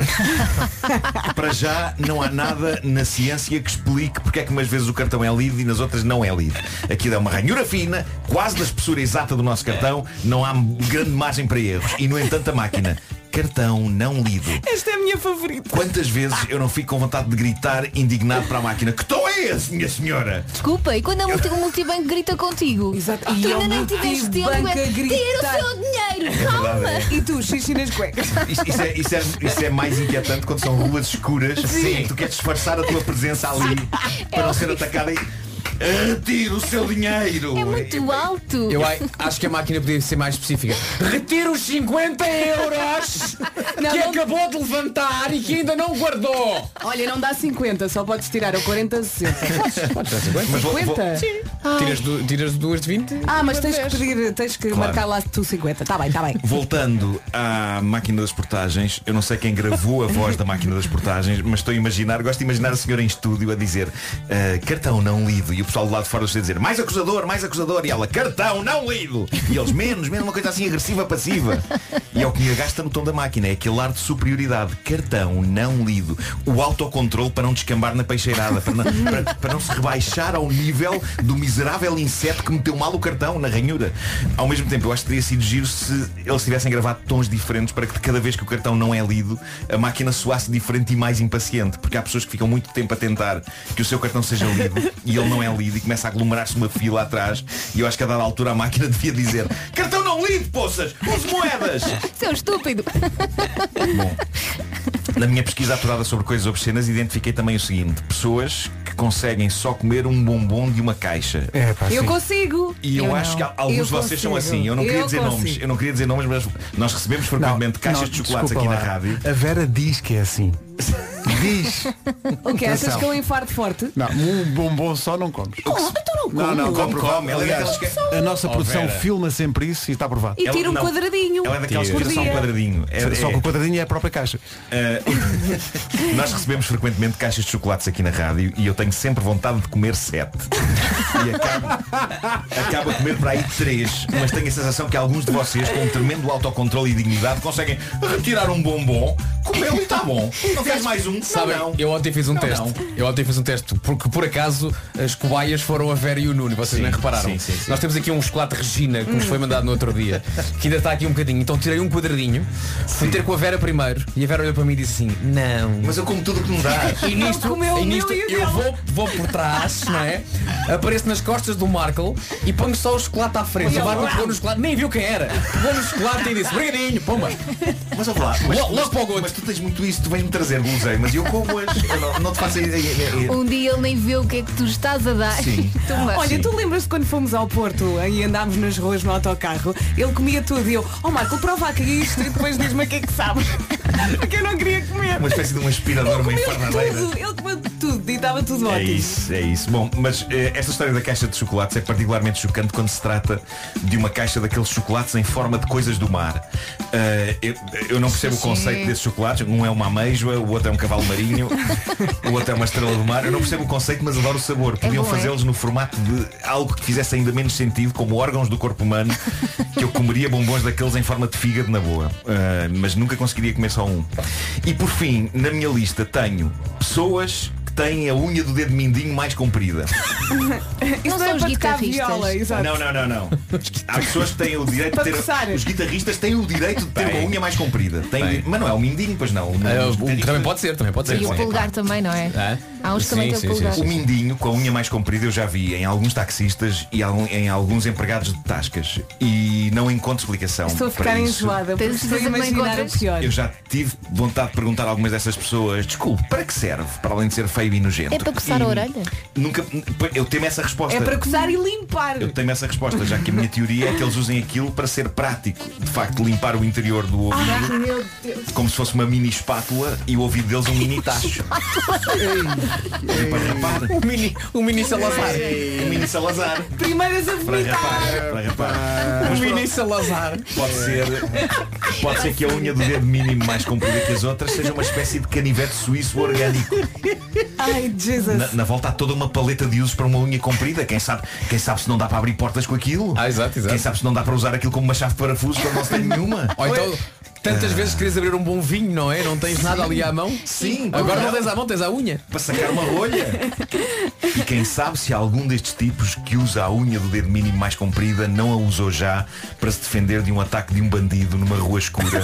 Para já não há nada na ciência que explique porque é que umas vezes o cartão é lido e nas outras não é lido. Aqui dá uma ranhura fina, quase da espessura exata do nosso cartão, não há grande margem para erros. E no entanto a máquina, cartão não lido. Esta é a minha favorita. Quantas vezes eu não fico com vontade de gritar indignado para a máquina Que tom é esse, minha senhora? Desculpa, e quando a multi- o multibanco grita contigo? Exato. Tu E é ainda o nem tiveste tempo multibanco é a gritar. Tira o seu dinheiro, verdade, calma! é. E tu, xixi nas cuecas. Isto, isto é, isto é- isto é mais inquietante quando são ruas escuras Sim. Tu queres disfarçar a tua presença ali Para não ser atacada e Retira o seu dinheiro É muito alto! Eu ai- acho que a máquina podia ser mais específica. Retira os 50 euros que não- acabou de levantar e que ainda não guardou. Olha, não dá 50, só podes tirar o 40, 60. Mas vou- vou- 50? Tiras, du- tiras duas de 20? Ah, mas tens que pedir, tens que marcar lá tu 50. Tá bem, tá bem. Voltando à máquina das portagens, eu não sei quem gravou a voz da máquina das portagens, mas estou a imaginar, gosto de imaginar a senhora em estúdio a dizer "Ah, cartão não lido e o pessoal do lado de fora está a dizer mais acusador, mais acusador e ela cartão não lido e eles menos, menos uma coisa assim agressiva, passiva e é o que me agasta no tom da máquina é aquele ar de superioridade, cartão não lido o autocontrole para não descambar na peixeirada, para não, para- para não se rebaixar ao nível do miserável inseto que meteu mal o cartão na ranhura ao mesmo tempo eu acho que teria sido giro se eles tivessem gravado tons diferentes para que de cada vez que o cartão não é lido, a máquina soasse diferente e mais impaciente, porque há pessoas que ficam muito tempo a tentar que o seu cartão seja lido e ele não é lido e começa a aglomerar-se uma fila atrás e eu acho que a dada altura a máquina devia dizer cartão não lido, poças, use moedas! Seu é um estúpido! Bom, na minha pesquisa apurada sobre coisas obscenas identifiquei também o seguinte, pessoas que conseguem só comer um bombom de uma caixa. É, Eu consigo. E eu, acho que alguns Eu de vocês são consigo. assim. Eu não queria dizer consigo. nomes. Eu não queria dizer nomes, mas nós recebemos frequentemente caixas de chocolates aqui desculpa na lá. rádio. A Vera diz que é assim. Diz. O que achas Atenção. que é um infarto forte? Não, um bombom só não comes. Oh, então não como. Ah, não, Come, come. Ela é Aliás, daquelas a nossa Oh, produção Vera. filma sempre isso e está aprovado. E tira um não. quadradinho. Ela é daquelas que por tira só um dia. quadradinho. É- Só é- que o quadradinho é a própria caixa. Eh, nós recebemos frequentemente caixas de chocolates aqui na rádio e eu tenho sempre vontade de comer sete. E acabo, acabo a comer para aí três. Mas tenho a sensação que alguns de vocês, com um tremendo autocontrole e dignidade, conseguem retirar um bombom, comê-lo e está bom. Não queres mais um? Sabem, não, não. eu ontem fiz um Não, teste. não. Eu ontem fiz um teste, porque por acaso as cobaias foram a Vera e o Nuno, vocês Sim, nem repararam. sim, sim, sim. Nós temos aqui um chocolate Regina que nos Hum. foi mandado no outro dia, que ainda está aqui um bocadinho. Então tirei um quadradinho, fui ter com a Vera primeiro e a Vera olhou para mim e disse assim, não. Mas eu como tudo o que me dás. E Ele nisto, comeu o e um nisto meu e o eu dela. vou, vou por trás, não é? Apareço nas costas do Markle e ponho só o chocolate à frente. Olha O Markle lá. pegou no chocolate, nem viu quem era. Pegou no chocolate e disse, brigadinho, pomba. Mas ouve lá, mas, Logo- logo mas, mas tu tens muito isso, tu vens-me trazer guloseimas e eu como as. Eu não, não te faço ideia. é, ideia- Um dia ele nem vê o que é que tu estás a dar. Sim. Toma. Olha, assim. Sim. tu lembras-te quando fomos ao Porto e andámos nas ruas no autocarro? Ele comia tudo e eu, oh Marco, prova aqui isto e depois diz-me o que é que sabes. Porque eu não queria comer. Uma espécie de um aspirador, uma infernadeira. Tudo, ele comeu tudo e estava tudo É ótimo. isso, é isso. Bom, mas eh, esta história da caixa de chocolates é particularmente chocante quando se trata de uma caixa daqueles chocolates em forma de coisas do mar. Eh, eu, eu não percebo o Sim. conceito desses chocolates. Um é uma ameijoa, o outro é um cavalo marinho, o outro é uma estrela do mar. Eu não percebo o conceito, mas adoro o sabor. Podiam bom, é? fazê-los no formato de algo que fizesse ainda menos sentido, como órgãos do corpo humano, que eu comeria bombons daqueles em forma de fígado na boa. Eh, mas nunca conseguiria comer só um. E por fim, na minha lista tenho pessoas que têm a unha do dedo mindinho mais comprida. Isso não é para tocar viola, exato. Não, não, não, não. Há pessoas que têm o direito de Para ter. coçar. Os guitarristas têm o direito de ter Tem. uma unha mais comprida. Tem, Tem. Mas não é o mindinho, pois não. É, o- também pode ser, também pode E o pulgar também, não é? Há uns que também têm o pulgar. O mindinho com a unha mais comprida eu já vi em alguns taxistas e al- em alguns empregados de tascas. E não encontro explicação. Estou a para ficar isso. enjoada porque Tens estou a certeza que não imaginar o encontras? pior. Eu já tive vontade de perguntar a algumas dessas pessoas, desculpe, para que serve? Para além de ser feio e nojento. É para coçar E tipo a orelha? Nunca. Eu temo essa resposta. É para coçar e limpar. Eu tenho essa resposta, já que a minha teoria é que eles usem aquilo para ser prático. De facto, limpar o interior do ouvido Ai, meu Deus. como se fosse uma mini espátula e o ouvido deles um mini tacho. O mini, o mini Salazar. O um mini Salazar. Primeiras a Para vomitar. rapaz, para Um rapaz. O mini Salazar. Pode ser, pode ser que a unha do dedo mínimo mais comprida que as outras seja uma espécie de canivete suíço orgânico. Ai, Jesus. Na, na volta há toda uma paleta de usos para uma unha comprida. Quem sabe, quem sabe se não dá para abrir portas com aquilo? Ah, exato, exato. Quem sabe se não dá para usar aquilo como uma chave de parafuso quando não se tem nenhuma? Ou então, tantas vezes querias abrir um bom vinho, não é? Não tens nada ali à mão? Sim. Agora não tens à mão, tens à unha. Para sacar uma rolha. E quem sabe se algum destes tipos que usa a unha do dedo mínimo mais comprida não a usou já para se defender de um ataque de um bandido numa rua escura.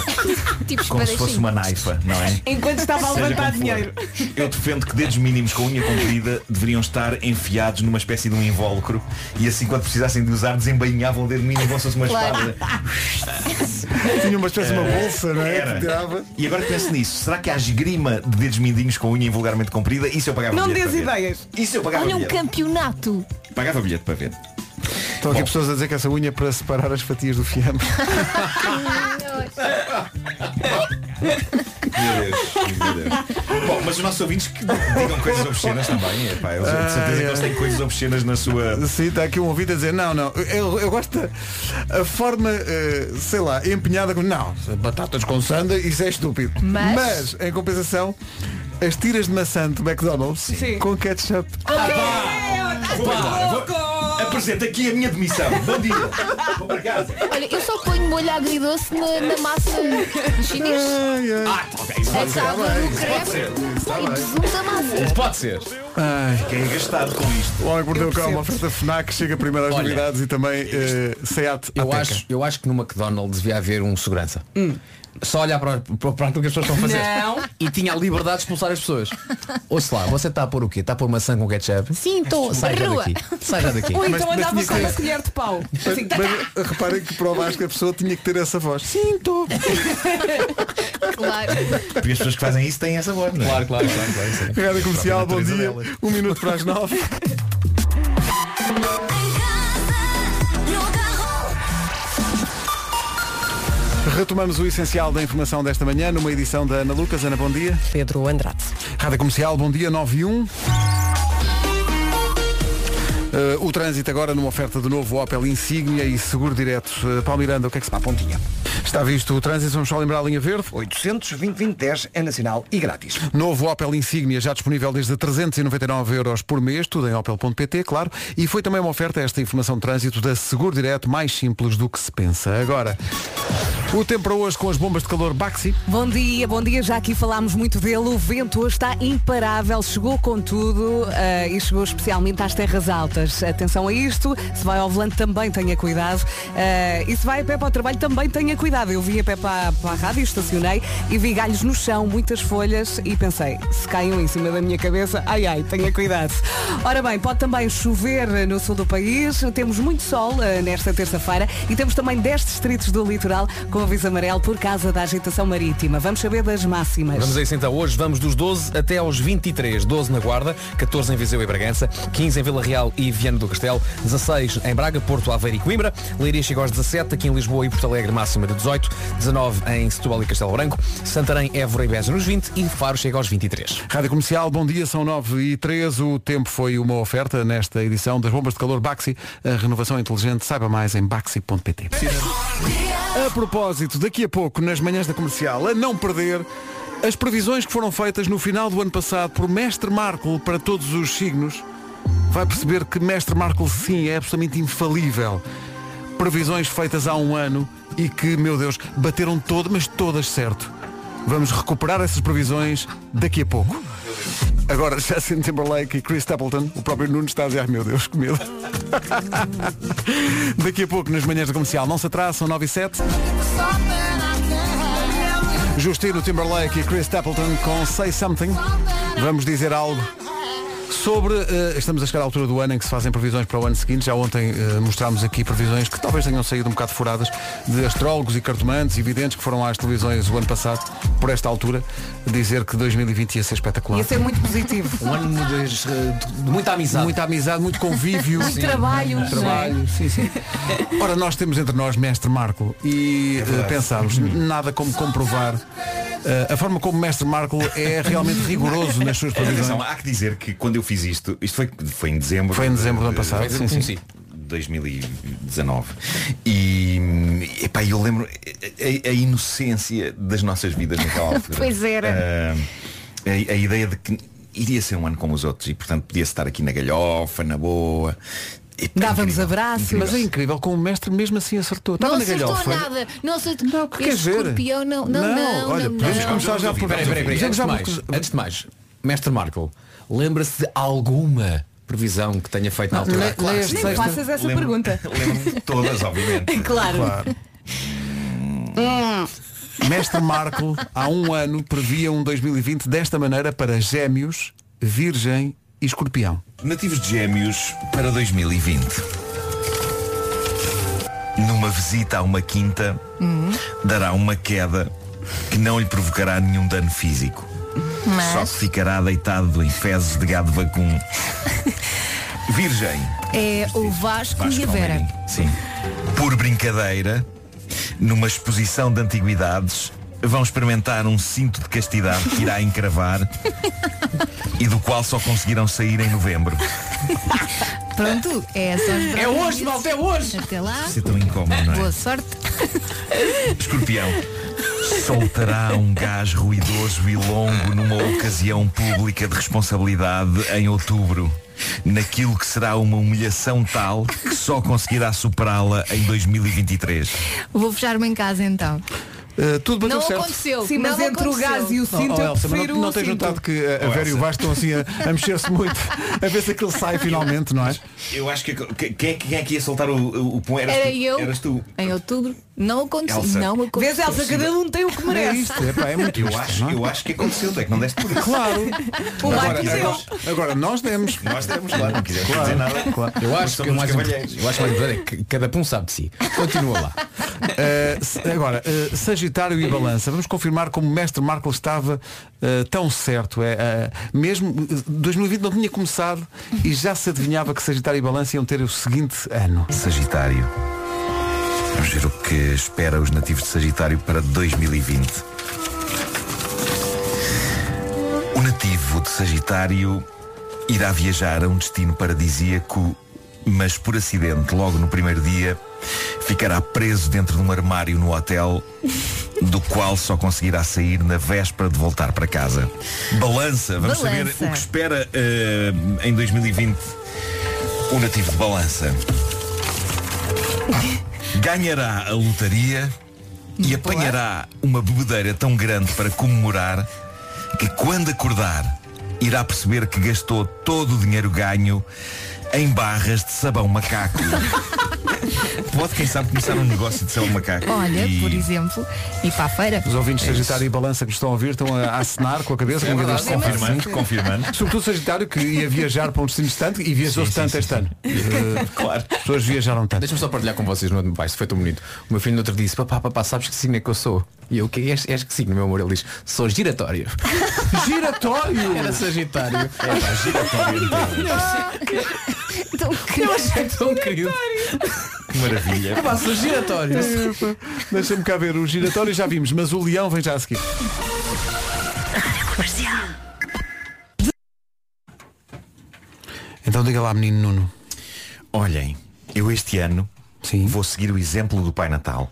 Tipo como se fosse uma naifa, não é? Enquanto estava a Seja levantar como for. dinheiro. Eu defendo que dedos mínimos com unha comprida deveriam estar enfiados numa espécie de um invólucro e assim quando precisassem de usar desembainhavam o dedo mínimo como se fosse uma Claro. espada. Tinha uma espécie de uma Eh, bolsa, não é? era. Que tirava. E agora que penso nisso, será que há esgrima de dedos mindinhos com unha vulgarmente comprida? Isso eu pagava Não bilhete. dês para ver. ideias. Isso eu pagava Olha um bilhete. campeonato. Pagava bilhete para ver. Estão aqui pessoas a dizer que essa unha é para separar as fatias do fiambre. Meu Deus, meu Deus. Bom, mas os nossos ouvintes que digam coisas obscenas também, é pá, eles de certeza que eles têm coisas obscenas na sua. Sim, está aqui um ouvido a dizer, não, não, eu, eu gosto da a forma, eh, sei lá, empenhada com. Não, batatas com sanda, isso é estúpido. Mas- em compensação, as tiras de maçã do McDonald's com ketchup. Apresenta aqui a minha demissão. Bom dia. Vou para casa. Olha, eu só ponho molho agridoce na, na massa chinês. Ah, ok. Isso A pode ser. tábua do Isso pode ser. crepe e presunto da massa. pode ser. Fiquei gastado com isto. O Homem que Mordeu Eu o Cão, é percebo. uma oferta FNAC, chega primeiro às Olha, novidades e também eh, Seat Eu Ateca. acho, eu acho que no McDonald's devia haver um segurança. Só olhar para, para, para aquilo que as pessoas estão a fazer. Não. E tinha a liberdade de expulsar as pessoas. Ouça lá, você está a pôr o quê? Está a pôr maçã com ketchup? Sim, estou. Sai já Rua. daqui. Sai já daqui. Ou Mas- então mas andava tinha só que- uma colher de pau. Mas, Assim, mas reparem que para o Vasco a pessoa tinha que ter essa voz. Sim, estou. Claro. Porque as pessoas que fazem isso têm essa voz, não é? Claro, claro, claro, claro. Rádio Comercial, bom dia. Um minuto para as nove. Retomamos o essencial da informação desta manhã numa edição da Ana Lucas. Ana, bom dia. Pedro Andrade. Rádio Comercial, bom dia, 9 e Uh, 1. Eh, o trânsito agora numa oferta de novo Opel Insignia e Seguro Direto. Eh, Paulo Miranda, o que é que se passa? Pontinha. Está visto o trânsito, vamos só lembrar a linha verde. 820-2010 é nacional e grátis. Novo Opel Insignia, já disponível desde 399 euros por mês, tudo em opel.pt, claro. E foi também uma oferta esta informação de trânsito da Seguro Direto, mais simples do que se pensa. Agora, o tempo para hoje com as bombas de calor Baxi. Bom dia, bom dia. Já aqui falámos muito dele. O vento hoje está imparável, chegou com tudo eh, e chegou especialmente às terras altas. Atenção a isto. Se vai ao volante também tenha cuidado. Eh, e se vai a pé para o trabalho também tenha cuidado. Eu vim a pé para, para a rádio, estacionei e vi galhos no chão, muitas folhas e pensei, se caiam em cima da minha cabeça, ai ai, tenha cuidado. Ora bem, pode também chover eh, no sul do país. Temos muito sol eh, nesta terça-feira e temos também 10 distritos do litoral com aviso amarelo por causa da agitação marítima. Vamos saber das máximas. Vamos a isso então. Hoje vamos dos 12 até aos 23. 12 na Guarda, 14 em Viseu e Bragança, 15 em Vila Real e Viana do Castelo, 16 em Braga, Porto Aveiro e Coimbra, Leiria chega aos 17, aqui em Lisboa e Porto Alegre máxima de 18, 19 em Setúbal e Castelo Branco, Santarém, Évora e Beja nos 20 e Faro chega aos 23. Rádio Comercial, bom dia, são 9 e 13 O tempo foi uma oferta nesta edição das bombas de calor Baxi. A renovação é inteligente, saiba mais em baxi.pt. A propósito, daqui a pouco, nas manhãs da comercial, a não perder as previsões que foram feitas no final do ano passado por Mestre Marco para todos os signos, vai perceber que Mestre Marco, sim, é absolutamente infalível. Previsões feitas há um ano e que, meu Deus, bateram todas, mas todas certo. Vamos recuperar essas previsões daqui a pouco. Agora, Justin Timberlake e Chris Stapleton, o próprio Nuno está a dizer, ai meu Deus, que medo. Daqui a pouco, nas manhãs da comercial, não se atrasa, são 9 e 7. Justino Timberlake e Chris Stapleton com Say Something. Vamos dizer algo sobre. eh, estamos a chegar à altura do ano em que se fazem previsões para o ano seguinte. Já ontem eh, mostrámos aqui previsões que talvez tenham saído um bocado furadas de astrólogos e cartomantes e videntes que foram às televisões o ano passado, por esta altura, dizer que 2020 ia ser espetacular. Ia ser muito positivo. Um ano de, de muita amizade. Muita amizade, muito convívio. Muito trabalho. É. Muito É um trabalho, sim, sim. Ora, nós temos entre nós mestre Marco É e eh, pensámos, nada como comprovar eh, a forma como mestre Marco é realmente rigoroso nas suas Atenção, previsões. há que dizer que quando eu fiz isto, isto foi, foi em dezembro. Foi em dezembro do ano de- passado, de- sim, sim. de 2019. E epá, eu lembro a, a- a inocência das nossas vidas naquela altura. Pois era. Ah, a, a ideia de que iria ser um ano como os outros e portanto podia estar aqui na galhofa, na boa. Epá, Dávamos incrível, abraços. incrível. Mas é incrível como o mestre mesmo assim acertou. Não Estava na acertou galhofa. nada. Não acertou. Não, quer dizer? escorpião não. Não, não. não, olha, não. podemos começar já por. Peraí, peraí, peraí. Podemos Antes, já de por- mais, antes de mais, Mestre Marco, lembra-se de alguma previsão que tenha feito na altura? Le- Claro que leste sim. Nem faças essa Lembro- pergunta. Todas, obviamente. Claro. assim. Mestre Marco, há um ano, previa um 2020 desta maneira para gêmeos, virgem e escorpião. Nativos de Gêmeos para 2020. Numa visita a uma quinta, dará uma queda que não lhe provocará nenhum dano físico. Só que ficará deitado em fezes de gado vacum. Virgem, É o Vasco, e a Vera. Almeida. sim. Por brincadeira, numa exposição de antiguidades, vão experimentar um cinto de castidade que irá encravar e do qual só conseguirão sair em novembro. Pronto, é só os É hoje, próximos. malta, é hoje! Até lá. Isso é tão incómodo, não é? Boa sorte. Escorpião soltará um gás ruidoso e longo numa ocasião pública de responsabilidade em outubro. Naquilo que será uma humilhação tal que só conseguirá superá-la em 2023. Vou fechar-me em casa então. Uh, tudo bateu não certo. aconteceu. Sim, mas não entre o aconteceu. gás e o Oh, cinto, oh, eu Elsa, mas prefiro não, não o tens cinto. notado que a, a Vera e o Vasco estão assim a, a mexer-se muito a ver se aquilo sai finalmente, não é? Eu acho que que- quem é que, quem é que ia soltar o, o, o pum? Eras Era tu. eu. Eras tu. Em outubro. Não aconteceu. Não aconteceu. Vês, Elsa, cada um tem o É que merece. eu, acho, eu acho que aconteceu, tu é que não deste por isso. Claro. O Agora, Marco deu. agora- Agora nós demos. Nós demos lá, não quiseres Claro, dizer nada. claro. Eu acho que Somos o mais um cavalheiros. importante eu acho que o mais importante é que cada um sabe de si. Continua lá. Uh, se- agora, uh, Sagitário e Balança, vamos confirmar como o mestre Marco estava uh, tão certo. É, uh, mesmo uh, 2020 não tinha começado e já se adivinhava que Sagitário e Balança iam ter o seguinte ano. Sagitário. Vamos ver o que espera os nativos de Sagitário para 2020. O nativo de Sagitário irá viajar a um destino paradisíaco, mas por acidente, logo no primeiro dia, ficará preso dentro de um armário no hotel, do qual só conseguirá sair na véspera de voltar para casa. Balança, vamos saber Balança. o que espera eh, em 2020 o nativo de Balança ganhará a lotaria e apanhará uma bebedeira tão grande para comemorar que quando acordar irá perceber que gastou todo o dinheiro ganho em barras de sabão macaco. Pode, quem sabe, começar um negócio de sabão macaco. Olha, E- por exemplo, ir para a feira. Os ouvintes É Sagitário e Balança que estão a ouvir estão a acenar com a cabeça, com o é cabeça de confirmação. Confirmando, confirmando. Sobretudo Sagitário que ia viajar para um destino distante e viajou tanto este ano. Uh, Claro. As pessoas viajaram tanto. Deixa-me só partilhar com vocês no meu pai, isto foi tão bonito. O meu filho no outro dia disse, papá, papá, sabes que signo é que eu sou? E eu, o que és, és que signo, meu amor? Ele diz, sou giratório. Giratório! Era Sagitário. É pá, giratório. Então, que- Eu achei é tão querido. Que maravilha. Papá, É sou giratório. Deixa-me cá ver, o giratório já vimos, mas o leão vem já a seguir. Então diga lá, menino Nuno. Olhem, eu este ano Sim. vou seguir o exemplo do Pai Natal.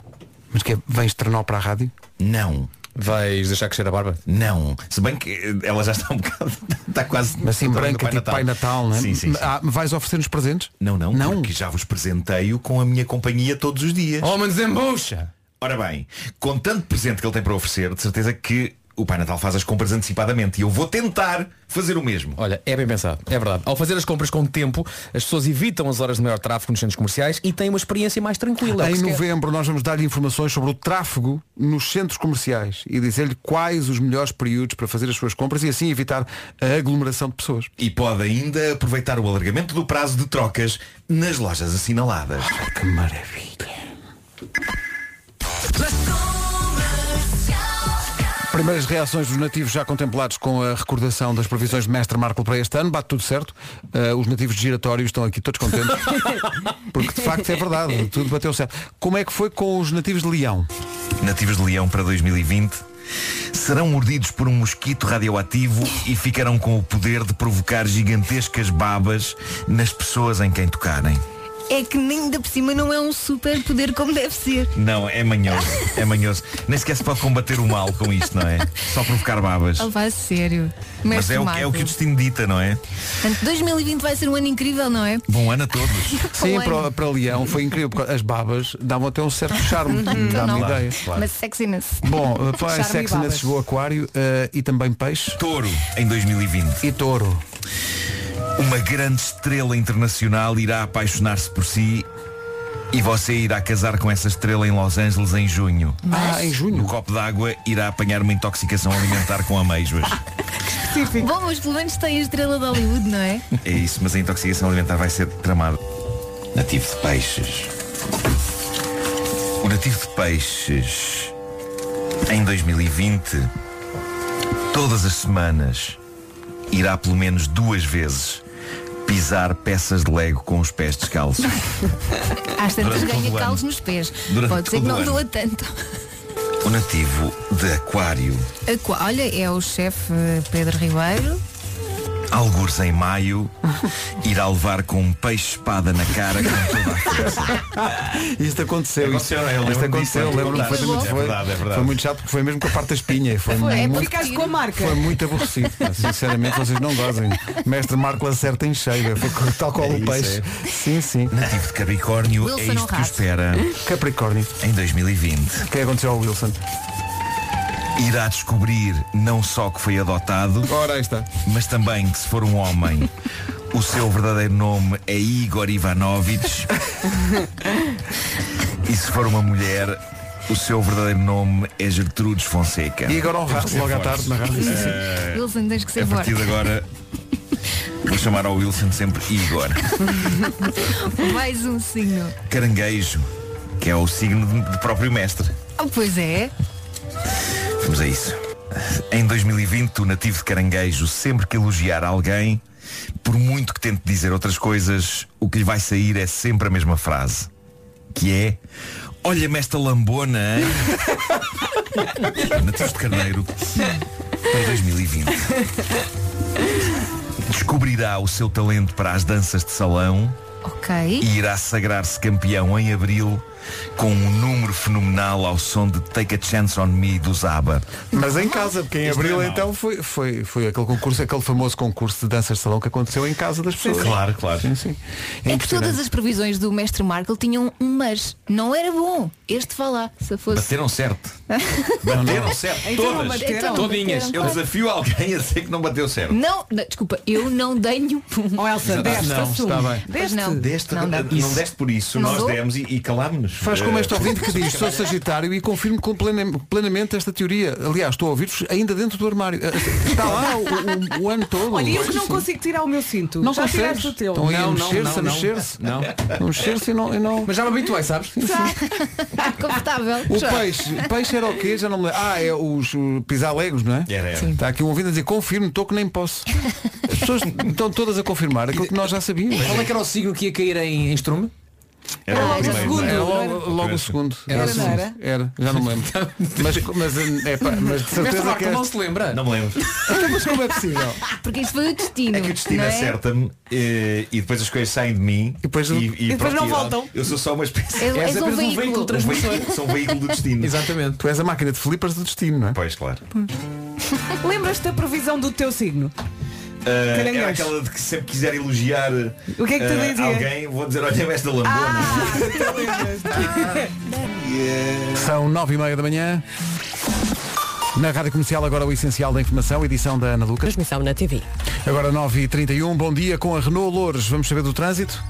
Mas que é, vens trenó para a rádio? Não, Vais deixar crescer a barba? não. Se bem que eh, ela já está um bocado. Está quase. Mas assim do tamanho do branca, tipo Pai Natal, não é? Sim, sim. sim. Ah, vais oferecer-nos presentes? Não, não, Não? porque já vos presenteio com a minha companhia todos os dias. Homens em bucha! Ora bem, com tanto presente que ele tem para oferecer, de certeza que o Pai Natal faz as compras antecipadamente e eu vou tentar fazer o mesmo. Olha, é bem pensado, é verdade. Ao fazer as compras com tempo, as pessoas evitam as horas de maior tráfego nos centros comerciais e têm uma experiência mais tranquila. Em Que se quer. novembro nós vamos dar-lhe informações sobre o tráfego nos centros comerciais e dizer-lhe quais os melhores períodos para fazer as suas compras e assim evitar a aglomeração de pessoas. E pode ainda aproveitar o alargamento do prazo de trocas nas lojas assinaladas. Oh, Que maravilha. Primeiras reações dos nativos já contemplados com a recordação das previsões de Mestre Marco para este ano. Bate tudo certo. Ah, os nativos de giratório estão aqui todos contentes. Porque de facto é verdade. Tudo bateu certo. Como é que foi com os nativos de Leão? Nativos de Leão para 2020 serão mordidos por um mosquito radioativo e ficarão com o poder de provocar gigantescas babas nas pessoas em quem tocarem. É que nem ainda por cima não é um super poder como deve ser. Não, é manhoso, é manhoso. Nem sequer se pode combater o mal com isto, não é? Só provocar babas. Oh, vai sério. Mas Mestre é o, é Marco. o que o destino dita, não é? Portanto, 2020 vai ser um ano incrível, não é? Um Bom ano a todos. Sim, Olha. para, para Leão foi incrível. porque As babas davam até um certo charme. Dá-me Hum, não. ideia. Mas sexiness. Bom, uh, falar em Charme e babas. sexiness chegou aquário eh, e também peixe Touro, em 2020. e touro. Uma grande estrela internacional irá apaixonar-se por si e você irá casar com essa estrela em Los Angeles em junho. Ah, em No junho. copo d'água irá apanhar uma intoxicação alimentar com amêijoas. Bom, mas pelo menos tem a estrela de Hollywood, não é? É isso, mas a intoxicação alimentar vai ser tramada. Nativo de peixes. O nativo de peixes em 2020, todas as semanas, irá pelo menos duas vezes pisar peças de Lego com os pés descalços. Às tantas Durante todo ganha o calos ano. nos pés. Durante Pode ser que todo não o ano. doa tanto. O nativo de aquário, Aqua- Olha, é o chefe eh, Pedro Ribeiro. algures em maio, irá levar com um peixe-espada na cara com toda a força. Isto aconteceu. Isto, Aconteceu, eu lembro-me isto disso, aconteceu, eu lembro-me lembro-me perfeitamente. disso. É Foi- verdade, é verdade. Foi muito chato porque foi mesmo com a parte da espinha. Foi, é muito, Ficaste com a marca. foi muito aborrecido. pá. Sinceramente, vocês não gozem. Mestre Marco acerta em cheio. Foi co- tal qual É o isso, peixe. Sim, sim. Nativo de Capricórnio, é Wilson isto que o Honrado. espera Capricórnio. em 2020. O que é que aconteceu ao Wilson? irá descobrir não só que foi adotado, Ora, aí está. mas também que se for um homem, o seu verdadeiro nome é Igor Ivanovich E se for uma mulher, o seu verdadeiro nome é Gertrudes Fonseca. E agora ao rádio, logo à tarde na rádio. Eh, Wilson, tens que ser a forte. partir de agora, vou chamar ao Wilson sempre Igor. Mais um signo. Caranguejo, que é o signo de- de próprio mestre. Oh, pois é. Vamos a isso. Em 2020, o nativo de caranguejo, sempre que elogiar alguém, por muito que tente dizer outras coisas, o que lhe vai sair é sempre a mesma frase. Que é Olha-me esta lambona, hein? Nativos de carneiro para 2020. Descobrirá o seu talento para as danças de salão Ok. É e é irá sagrar-se campeão em abril com um número fenomenal ao som de Take a Chance on Me do Zaba. Mas em casa, porque em Isto abril é mau. então foi, foi, foi aquele concurso, aquele famoso concurso de danças de salão que aconteceu em casa das pessoas. Claro, claro. Sim, sim. É que todas as previsões do mestre Markle tinham um mas. Não era bom. Este vá lá, se fosse. Bateram certo. Não, Bateram não. certo. Então não Todas. bateram. Então não Todinhas. bateram. Eu desafio alguém a dizer que não bateu certo. Não, não, desculpa, eu não tenho. Oh Elsa, deste, Não, assume. está bem. Pois não. Deste, Não dá. não deste por isso, Não nós dou. demos e, e calámos-nos. Eh, Faz como É. este ouvinte que diz, sou Sagitário e confirmo com plena- plenamente esta teoria. Aliás, estou a ouvir-vos ainda dentro do armário. Eh, Está lá o, o- o ano todo. Olha, eu que não Sim. consigo tirar o meu cinto. Não Já consegues. tiraste o teu. Estão aí a mexer-se, a mexer-se. Não. A mexer-se e não, e não. Mas já me habituei, sabes? Está confortável. O Já. peixe, peixe era o quê? Já não me lembro. Ah, é os uh, pisalegos, não é? Era, era. Está aqui um ouvindo a dizer, confirmo, estou que nem posso. As pessoas estão todas a confirmar aquilo que nós já sabíamos. Qual é que era o signo que ia cair em, em estrume? Era Ah, logo era o segundo, primeiro. Era não era? É logo, logo o segundo. Era o segundo. era? Era, já não me lembro. mas, mas, é, pá, mas de certeza que é- lembra? Não me lembro. Então, mas como é possível? Porque isto foi o destino. É que o destino não é? acerta-me eh, e depois as coisas saem de mim e depois, depois não voltam. Eu sou só uma espécie És- és um apenas veículo. Um veículo, sou um veículo do destino. Exatamente. Tu és a máquina de flippers do destino, não é? Pois, claro. Hum. Lembras-te da previsão do teu signo? Eh, Caranguejo. era aquela de que sempre quiser elogiar O que é que tu eh, dizia? alguém, vou dizer, olha esta lambona. Ah, Ah, eh, São nove e meia da manhã. Na Rádio Comercial, agora o essencial da informação, edição da Ana Lucas. Transmissão na TV. Agora 9h31, bom dia com a Renault Loures. Vamos saber do trânsito?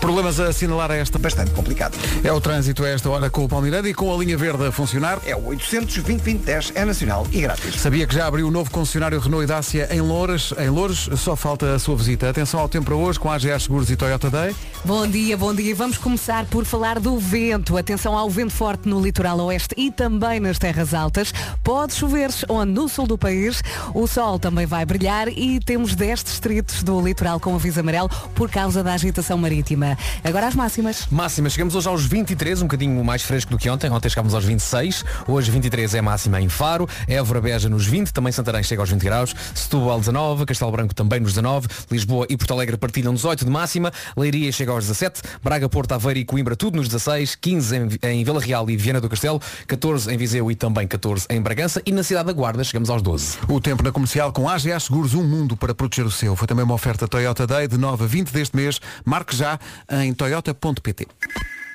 Problemas a assinalar a esta? Bastante complicado. É o trânsito a esta hora com o Palmeiranda e com a linha verde a funcionar. É o 820 é nacional e grátis. Sabia que já abriu o novo concessionário Renault e Dacia em Louras. Em Louras só falta a sua visita. Atenção ao tempo para hoje com a AGR Seguros e Toyota Day. Bom dia, bom dia. Vamos começar por falar do vento. Atenção ao vento forte no litoral oeste e também nas terras altas. Pode chover onde no sul do país. O sol também vai brilhar e temos 10 distritos do litoral com aviso amarelo por causa da agitação marítima. Agora as máximas. Máxima, chegamos hoje aos 23, um bocadinho mais fresco do que ontem. Ontem chegámos aos 26, hoje 23 é máxima em Faro, Évora Beja nos 20, também Santarém chega aos 20 graus, Setúbal 19, Castelo Branco também nos 19, Lisboa e Porto Alegre partilham 18 de máxima, Leiria chega aos 17, Braga, Porto, Aveiro e Coimbra tudo nos 16, 15 em, em Vila Real e Viana do Castelo, 14 em Viseu e também 14 em Bragança e na cidade da Guarda chegamos aos 12. O tempo na comercial com AGA Seguros, um mundo para proteger o seu. Foi também uma oferta Toyota Day de 9 a 20 deste mês. Marque já em toyota.pt.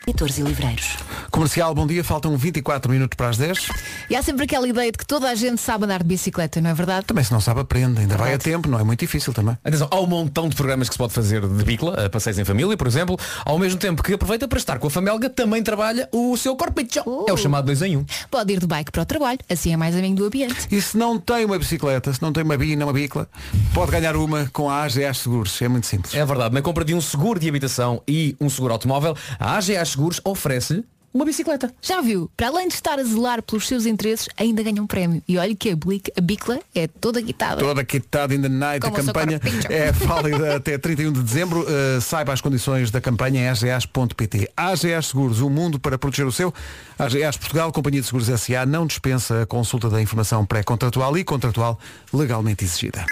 Editores e livreiros. Comercial, bom dia. Faltam 24 minutos para as 10. E há sempre aquela ideia de que toda a gente sabe andar de bicicleta, não é verdade? Também se não sabe, aprende. Ainda vai a tempo, não é muito difícil também. Atenção, há um montão de programas que se pode fazer de bicla, eh, passeios em família, por exemplo, ao mesmo tempo que aproveita para estar com a família, também trabalha o seu corpo É o chamado 2 em 1. Um. Pode ir de bike para o trabalho, assim é mais amigo do ambiente. E se não tem uma bicicleta, se não tem uma bi, não uma bicla, pode ganhar uma com a AGA Seguros. É muito simples. É verdade, na compra de um seguro de habitação e um seguro automóvel, a AGA Seguros oferece-lhe uma bicicleta. Já viu? Para além de estar a zelar pelos seus interesses, ainda ganha um prémio. E olha que a, blic- a bicla é toda guitada. Toda quitada in the night, Como a o seu campanha corpinho. é válida até 31 de dezembro. Uh, saiba as condições da campanha em agas.pt. AGAs Seguros, o mundo para proteger o seu. AGAs Portugal, Companhia de Seguros SA, não dispensa a consulta da informação pré-contratual e contratual legalmente exigida.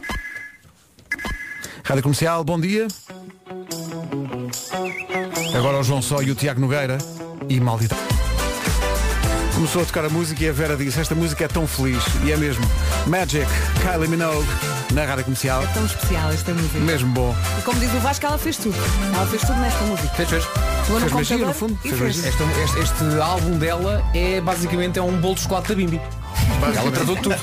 Rádio Comercial, bom dia. Agora o João Só e o Tiago Nogueira e Maldita. Começou a tocar a música e a Vera disse, esta música é tão feliz. E é mesmo. Magic, Kylie Minogue, na Rádio Comercial. É tão especial esta música. Mesmo bom. E como diz o Vasco, ela fez tudo. Ela fez tudo nesta música. Fez, fez. Pegou no Fez magia, computador no fundo. e Fez fez. magia. Este, este- este álbum dela é basicamente é um bolo de chocolate da Bimbi. Ela tratou de tudo.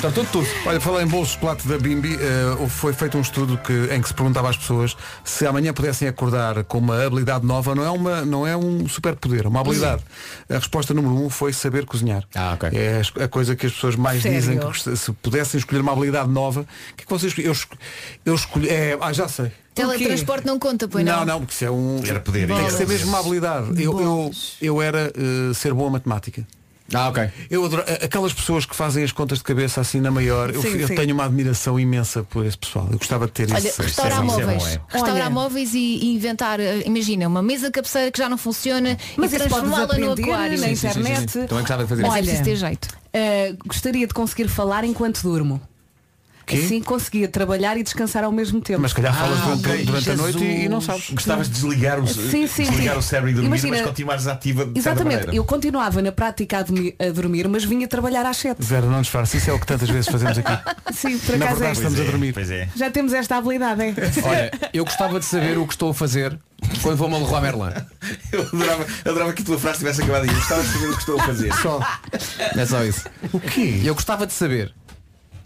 Tratou tudo. Olha, falei em bolo de chocolate da Bimbi, eh, foi feito um estudo que- em que se perguntava às pessoas se amanhã pudessem acordar com uma habilidade nova, não é, uma, não é um superpoder, é uma habilidade. A resposta número um foi saber cozinhar. Ah, ok. É a- a coisa que as pessoas mais Sério? dizem que gost- se pudessem escolher uma habilidade nova, o que é que vocês escolhem? Eu, esco- eu escolhi. é, ah, já sei. Teletransporte não conta, pois não, não? não, porque isso é um. Era poder, Tem que era ser poder. mesmo uma habilidade. Eu, eu, eu era eh, ser bom a matemática. Ah, ok. Eu adoro, a- aquelas pessoas que fazem as contas de cabeça assim na maior, eu, Sim, eu sim. tenho uma admiração imensa por esse pessoal. Eu gostava de ter Olha, isso. restaurar móveis. Restaurar móveis e, e inventar, eh, imagina, uma mesa cabeceira que já não funciona Mas e isso pode transformá-la no aprender aquário. na Sim, sim, sim, sim. internet. Também gostava de fazer Olha, isso. Mas é preciso ter jeito. eh, gostaria de conseguir falar enquanto durmo. Quê? Assim conseguia trabalhar e descansar ao mesmo tempo. Mas se calhar falas Ah, durante, ok. durante a Jesus. noite e, e não sabes. Gostavas de desligar o, Sim, sim, desligar sim. o cérebro e dormir, Imagina- mas continuares ativa de certa Exatamente, maneira. eu continuava na prática a dormir, a dormir, mas vinha trabalhar às 7. Vera, não disfarce, isso é o que tantas vezes fazemos aqui. Sim, por Na acaso verdade é isto. estamos a dormir. Pois é. Já temos esta habilidade, é? Olha, eu gostava de saber o que estou a fazer quando vou a Leroy Merlin. Eu adorava, adorava que a tua frase tivesse acabado aí. Eu Gostava de saber o que estou a fazer. Só. É só isso. O quê? Eu gostava de saber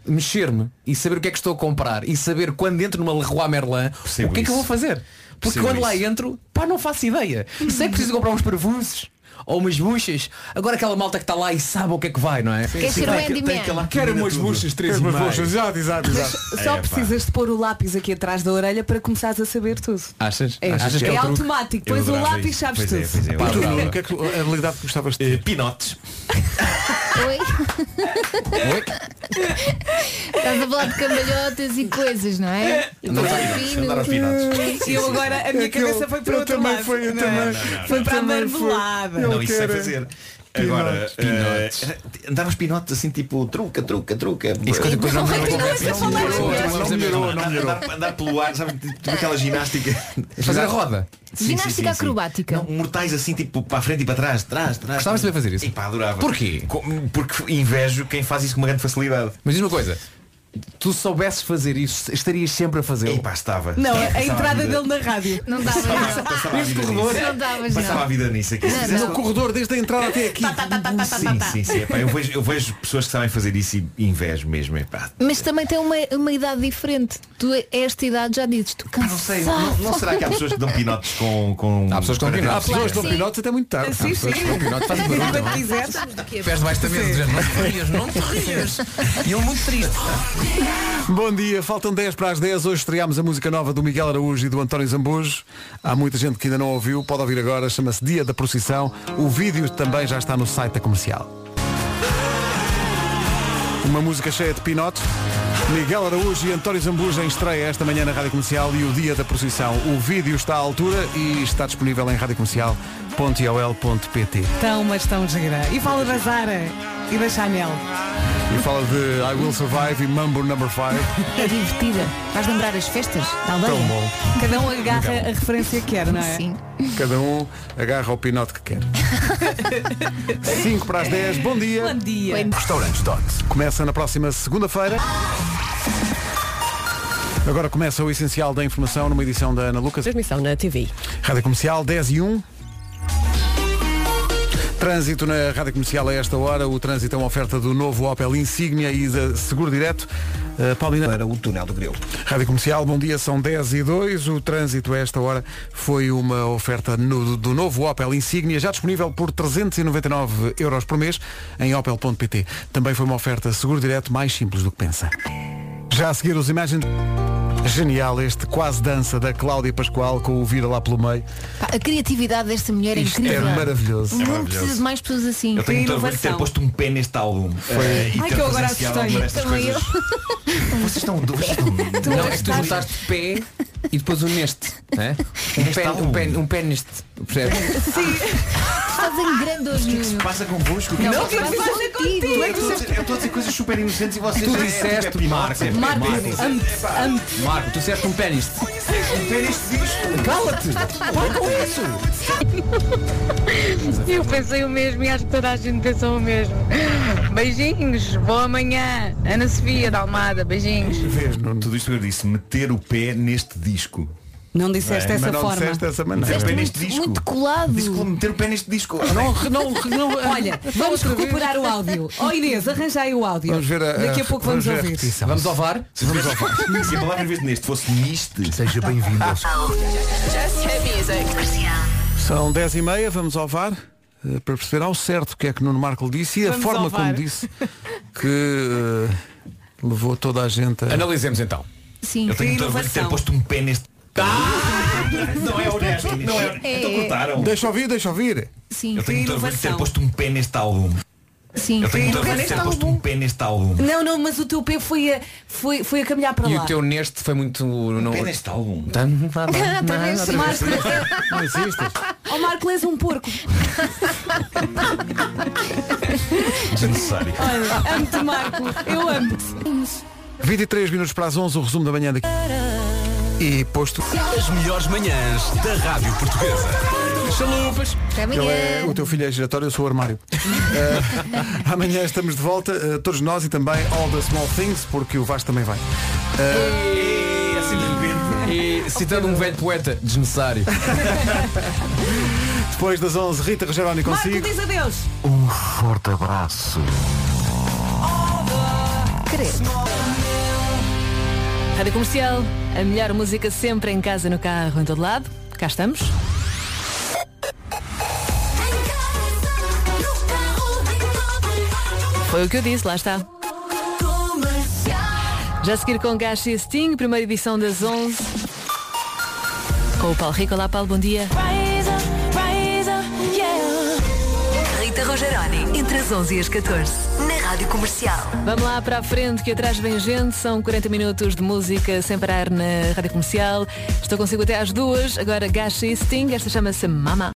mexer-me e saber o que é que estou a comprar e saber quando entro numa Leroy Merlin Percebo o que é que eu vou isso. fazer. Porque Percebo quando lá isso. entro, pá, não faço ideia. Sei que preciso comprar uns parafusos ou umas buchas. Agora aquela malta que está lá e sabe o que é que vai, não é? Quer ser o Andy Man. Quero umas buchas, três Quer e umas meio. buchas, exato, exato, Mas só precisas de pôr o lápis aqui atrás da orelha para começares a saber tudo. Achas? É, Achas é o truque? automático, pões o lápis, sabes tudo. E tu, o que é que- a habilidade que gostavas de ter? Pinotes. Oi? Estás a falar de cambalhotas e coisas, não é? E Andar aos pino. pinotes, andar aos pinotes. E eu agora, a minha É que eu- cabeça foi para eu outro também lado. fui, eu Não, também- não, não, foi não. para a também fui. marmelada. Eu Não, isso sei quero- fazer. Agora, Pinotes. eh, andar aos pinotes assim tipo truca, truca, truca. Isso quando depois não- Andar- não é andar- pinotes, andar- é andar- pinotes. andar- andar- Andar pelo ar, sabe? Tipo aquela ginástica. Fazer a roda. Sim, sim, sim, Ginástica sim. acrobática. mortais assim tipo para a frente e para trás, trás, trás. Gostavas de saber fazer isso? E pá, adorava. Porquê? Com- Porque invejo quem faz isso com uma grande facilidade. Mas diz uma coisa. Tu soubesses fazer isso, estarias sempre a fazê-lo. Epá, estava. Não, Estava- a passava entrada vida- dele na rádio. Não dava Passava, não. passava a Neste vida corredor. nisso. Não davas não. Passava a vida nisso aqui. Se Não, fizesse um não. No corredor desde a entrada até aqui. Sim, sim, sim. Epá, eu, vejo, eu vejo pessoas que sabem fazer isso e invejo mesmo. É Epá. Mas também tem uma, uma idade diferente. Tu a esta idade já dizes, tu Não sei, não, não será que há pessoas que dão pinotes com. com há pessoas que dão Há pinotes. pessoas que dão pinotes até muito tarde. Sim, sim. Quando quiseres. Pés debaixo da mesa, dizendo, não te rias, não te rias. E ele muito triste. Bom dia, faltam 10 para as 10. Hoje estreámos a música nova do Miguel Araújo e do António Zambujo. Há muita gente que ainda não ouviu, pode ouvir agora, chama-se Dia da Procissão. O vídeo também já está no site da comercial. Uma música cheia de pinotes. Miguel Araújo e António Zambujo em estreia esta manhã na Rádio Comercial e o Dia da Procissão. O vídeo está à altura e está disponível em radiocomercial.iol.pt Tão, mas tão gira. E fala da Zara e da Chanel. E fala de I Will Survive e Mambo Number 5. É divertida. Vais lembrar as festas da aldeia? Tão bom. Cada um agarra a referência que quer, não é? Sim. Cada um agarra o pinote que quer. 5 para as 10, bom dia. Bom dia. Restaurantes Docs. Começa na próxima segunda-feira. Agora começa o essencial da informação numa edição da Ana Lucas. Transmissão na TV. Rádio Comercial 10 e 1. Trânsito na Rádio Comercial a esta hora. O trânsito é uma oferta do novo Opel Insignia e da Seguro Direto. Uh, Paulina. Para o túnel do Grilo. Rádio Comercial, bom dia, são 10 e 2. O trânsito a esta hora foi uma oferta no- do novo Opel Insignia, já disponível por 399 euros por mês em opel.pt. Também foi uma oferta seguro direto mais simples do que pensa. Já a seguir os Imagine... Genial este quase dança da Cláudia Pascoal com o Vira lá pelo meio. Pá, A criatividade desta mulher é Isto incrível. é maravilhoso. O É Hum. mundo maravilhoso. precisa de mais pessoas assim. Eu tenho muito orgulho de ter posto um pé neste álbum. eh, e Ai, ter que eu agora presenciado assustei. alguma destas Também coisas. Vocês estão dois. Não, é que tu juntaste pé e depois um neste. né? Um, pé, um, pé, um pé neste. Percebes? Estás em um grande hoje, O que se Nuno. passa convosco? Não, Não, o que é que se passa contigo? contigo? Eu estou a dizer- eu estou a dizer coisas super inocentes e vocês Tu é- é- disseste, é pinote, Marco. é pé, Marco, Marco. Marco, tu disseste um pé neste. Um pé neste disco. Cala-te! Para com isso! Eu pensei o mesmo e acho que toda a gente pensou o mesmo. Beijinhos, boa manhã. Ana Sofia da Almada, beijinhos. Tudo isto que eu disse, meter o pé neste disco. Não disseste Bem, dessa mas não forma. disseste dessa maneira. Disseste Não. muito- muito colado. Disse é que vou meter o pé neste disco. Não, não, não. Olha, vamos Outra vez. recuperar o áudio. Ó Inês, arranjai o áudio. Vamos ver a- Daqui a pouco vamos vamos, ver a ouvir. repetição. Vamos ao VAR? Vamos ao VAR. Se a palavra em vez de neste fosse niste. Seja bem-vindo. Just hit music. São 10 e meia, vamos ao VAR eh, para perceber ao certo o que é que Nuno Marco disse e a Vamos forma ao VAR. como disse que eh, levou toda a gente a... Analisemos então. Sim. Eu tenho muito orgulho de ter posto um pé neste. Não é honesto, não é. É, Então é. cortaram. Deixa ouvir, deixa ouvir. Sim. Eu tenho muito orgulho de ter posto um pé neste álbum. Sim. Eu tenho muito orgulho de ter posto um pé neste álbum. Não, não, mas o teu pé foi a, foi, foi a caminhar para E lá. o teu neste foi muito. Não... pé neste álbum. Um Tá- tá- tá- Outra vez. outra vez. Marco, Não existes. oh, Marco, és um porco. Desnecessário. Olha, amo-te, Marco. Eu amo-te. 23 minutos para as 11, o resumo da manhã daqui. E posto... As melhores manhãs da Rádio Portuguesa. Chalupas. Ele é, o teu filho é giratório, eu sou o armário. Eh, amanhã estamos de volta, eh, todos nós e também All the Small Things, porque o Vasco também vai. E, assim de repente. E citando um velho poeta, desnecessário. Depois das 11, Rita Rogeroni Marco, consigo. diz adeus. Um forte abraço. Rádio Comercial, a melhor música sempre em casa, no carro, em todo lado. Cá estamos. Foi o que eu disse, lá está. Já a seguir com Gacha e Sting, primeira edição das 11. Com o Paulo Rico. Olá, Paulo, bom dia. Rita Rogeroni, entre as 11 e as 14, na Rádio Comercial. Vamos lá para a frente, que atrás vem gente. São 40 minutos de música sem parar na rádio comercial. Estou consigo até às duas. Agora Gacha e Sting. Esta chama-se Mama.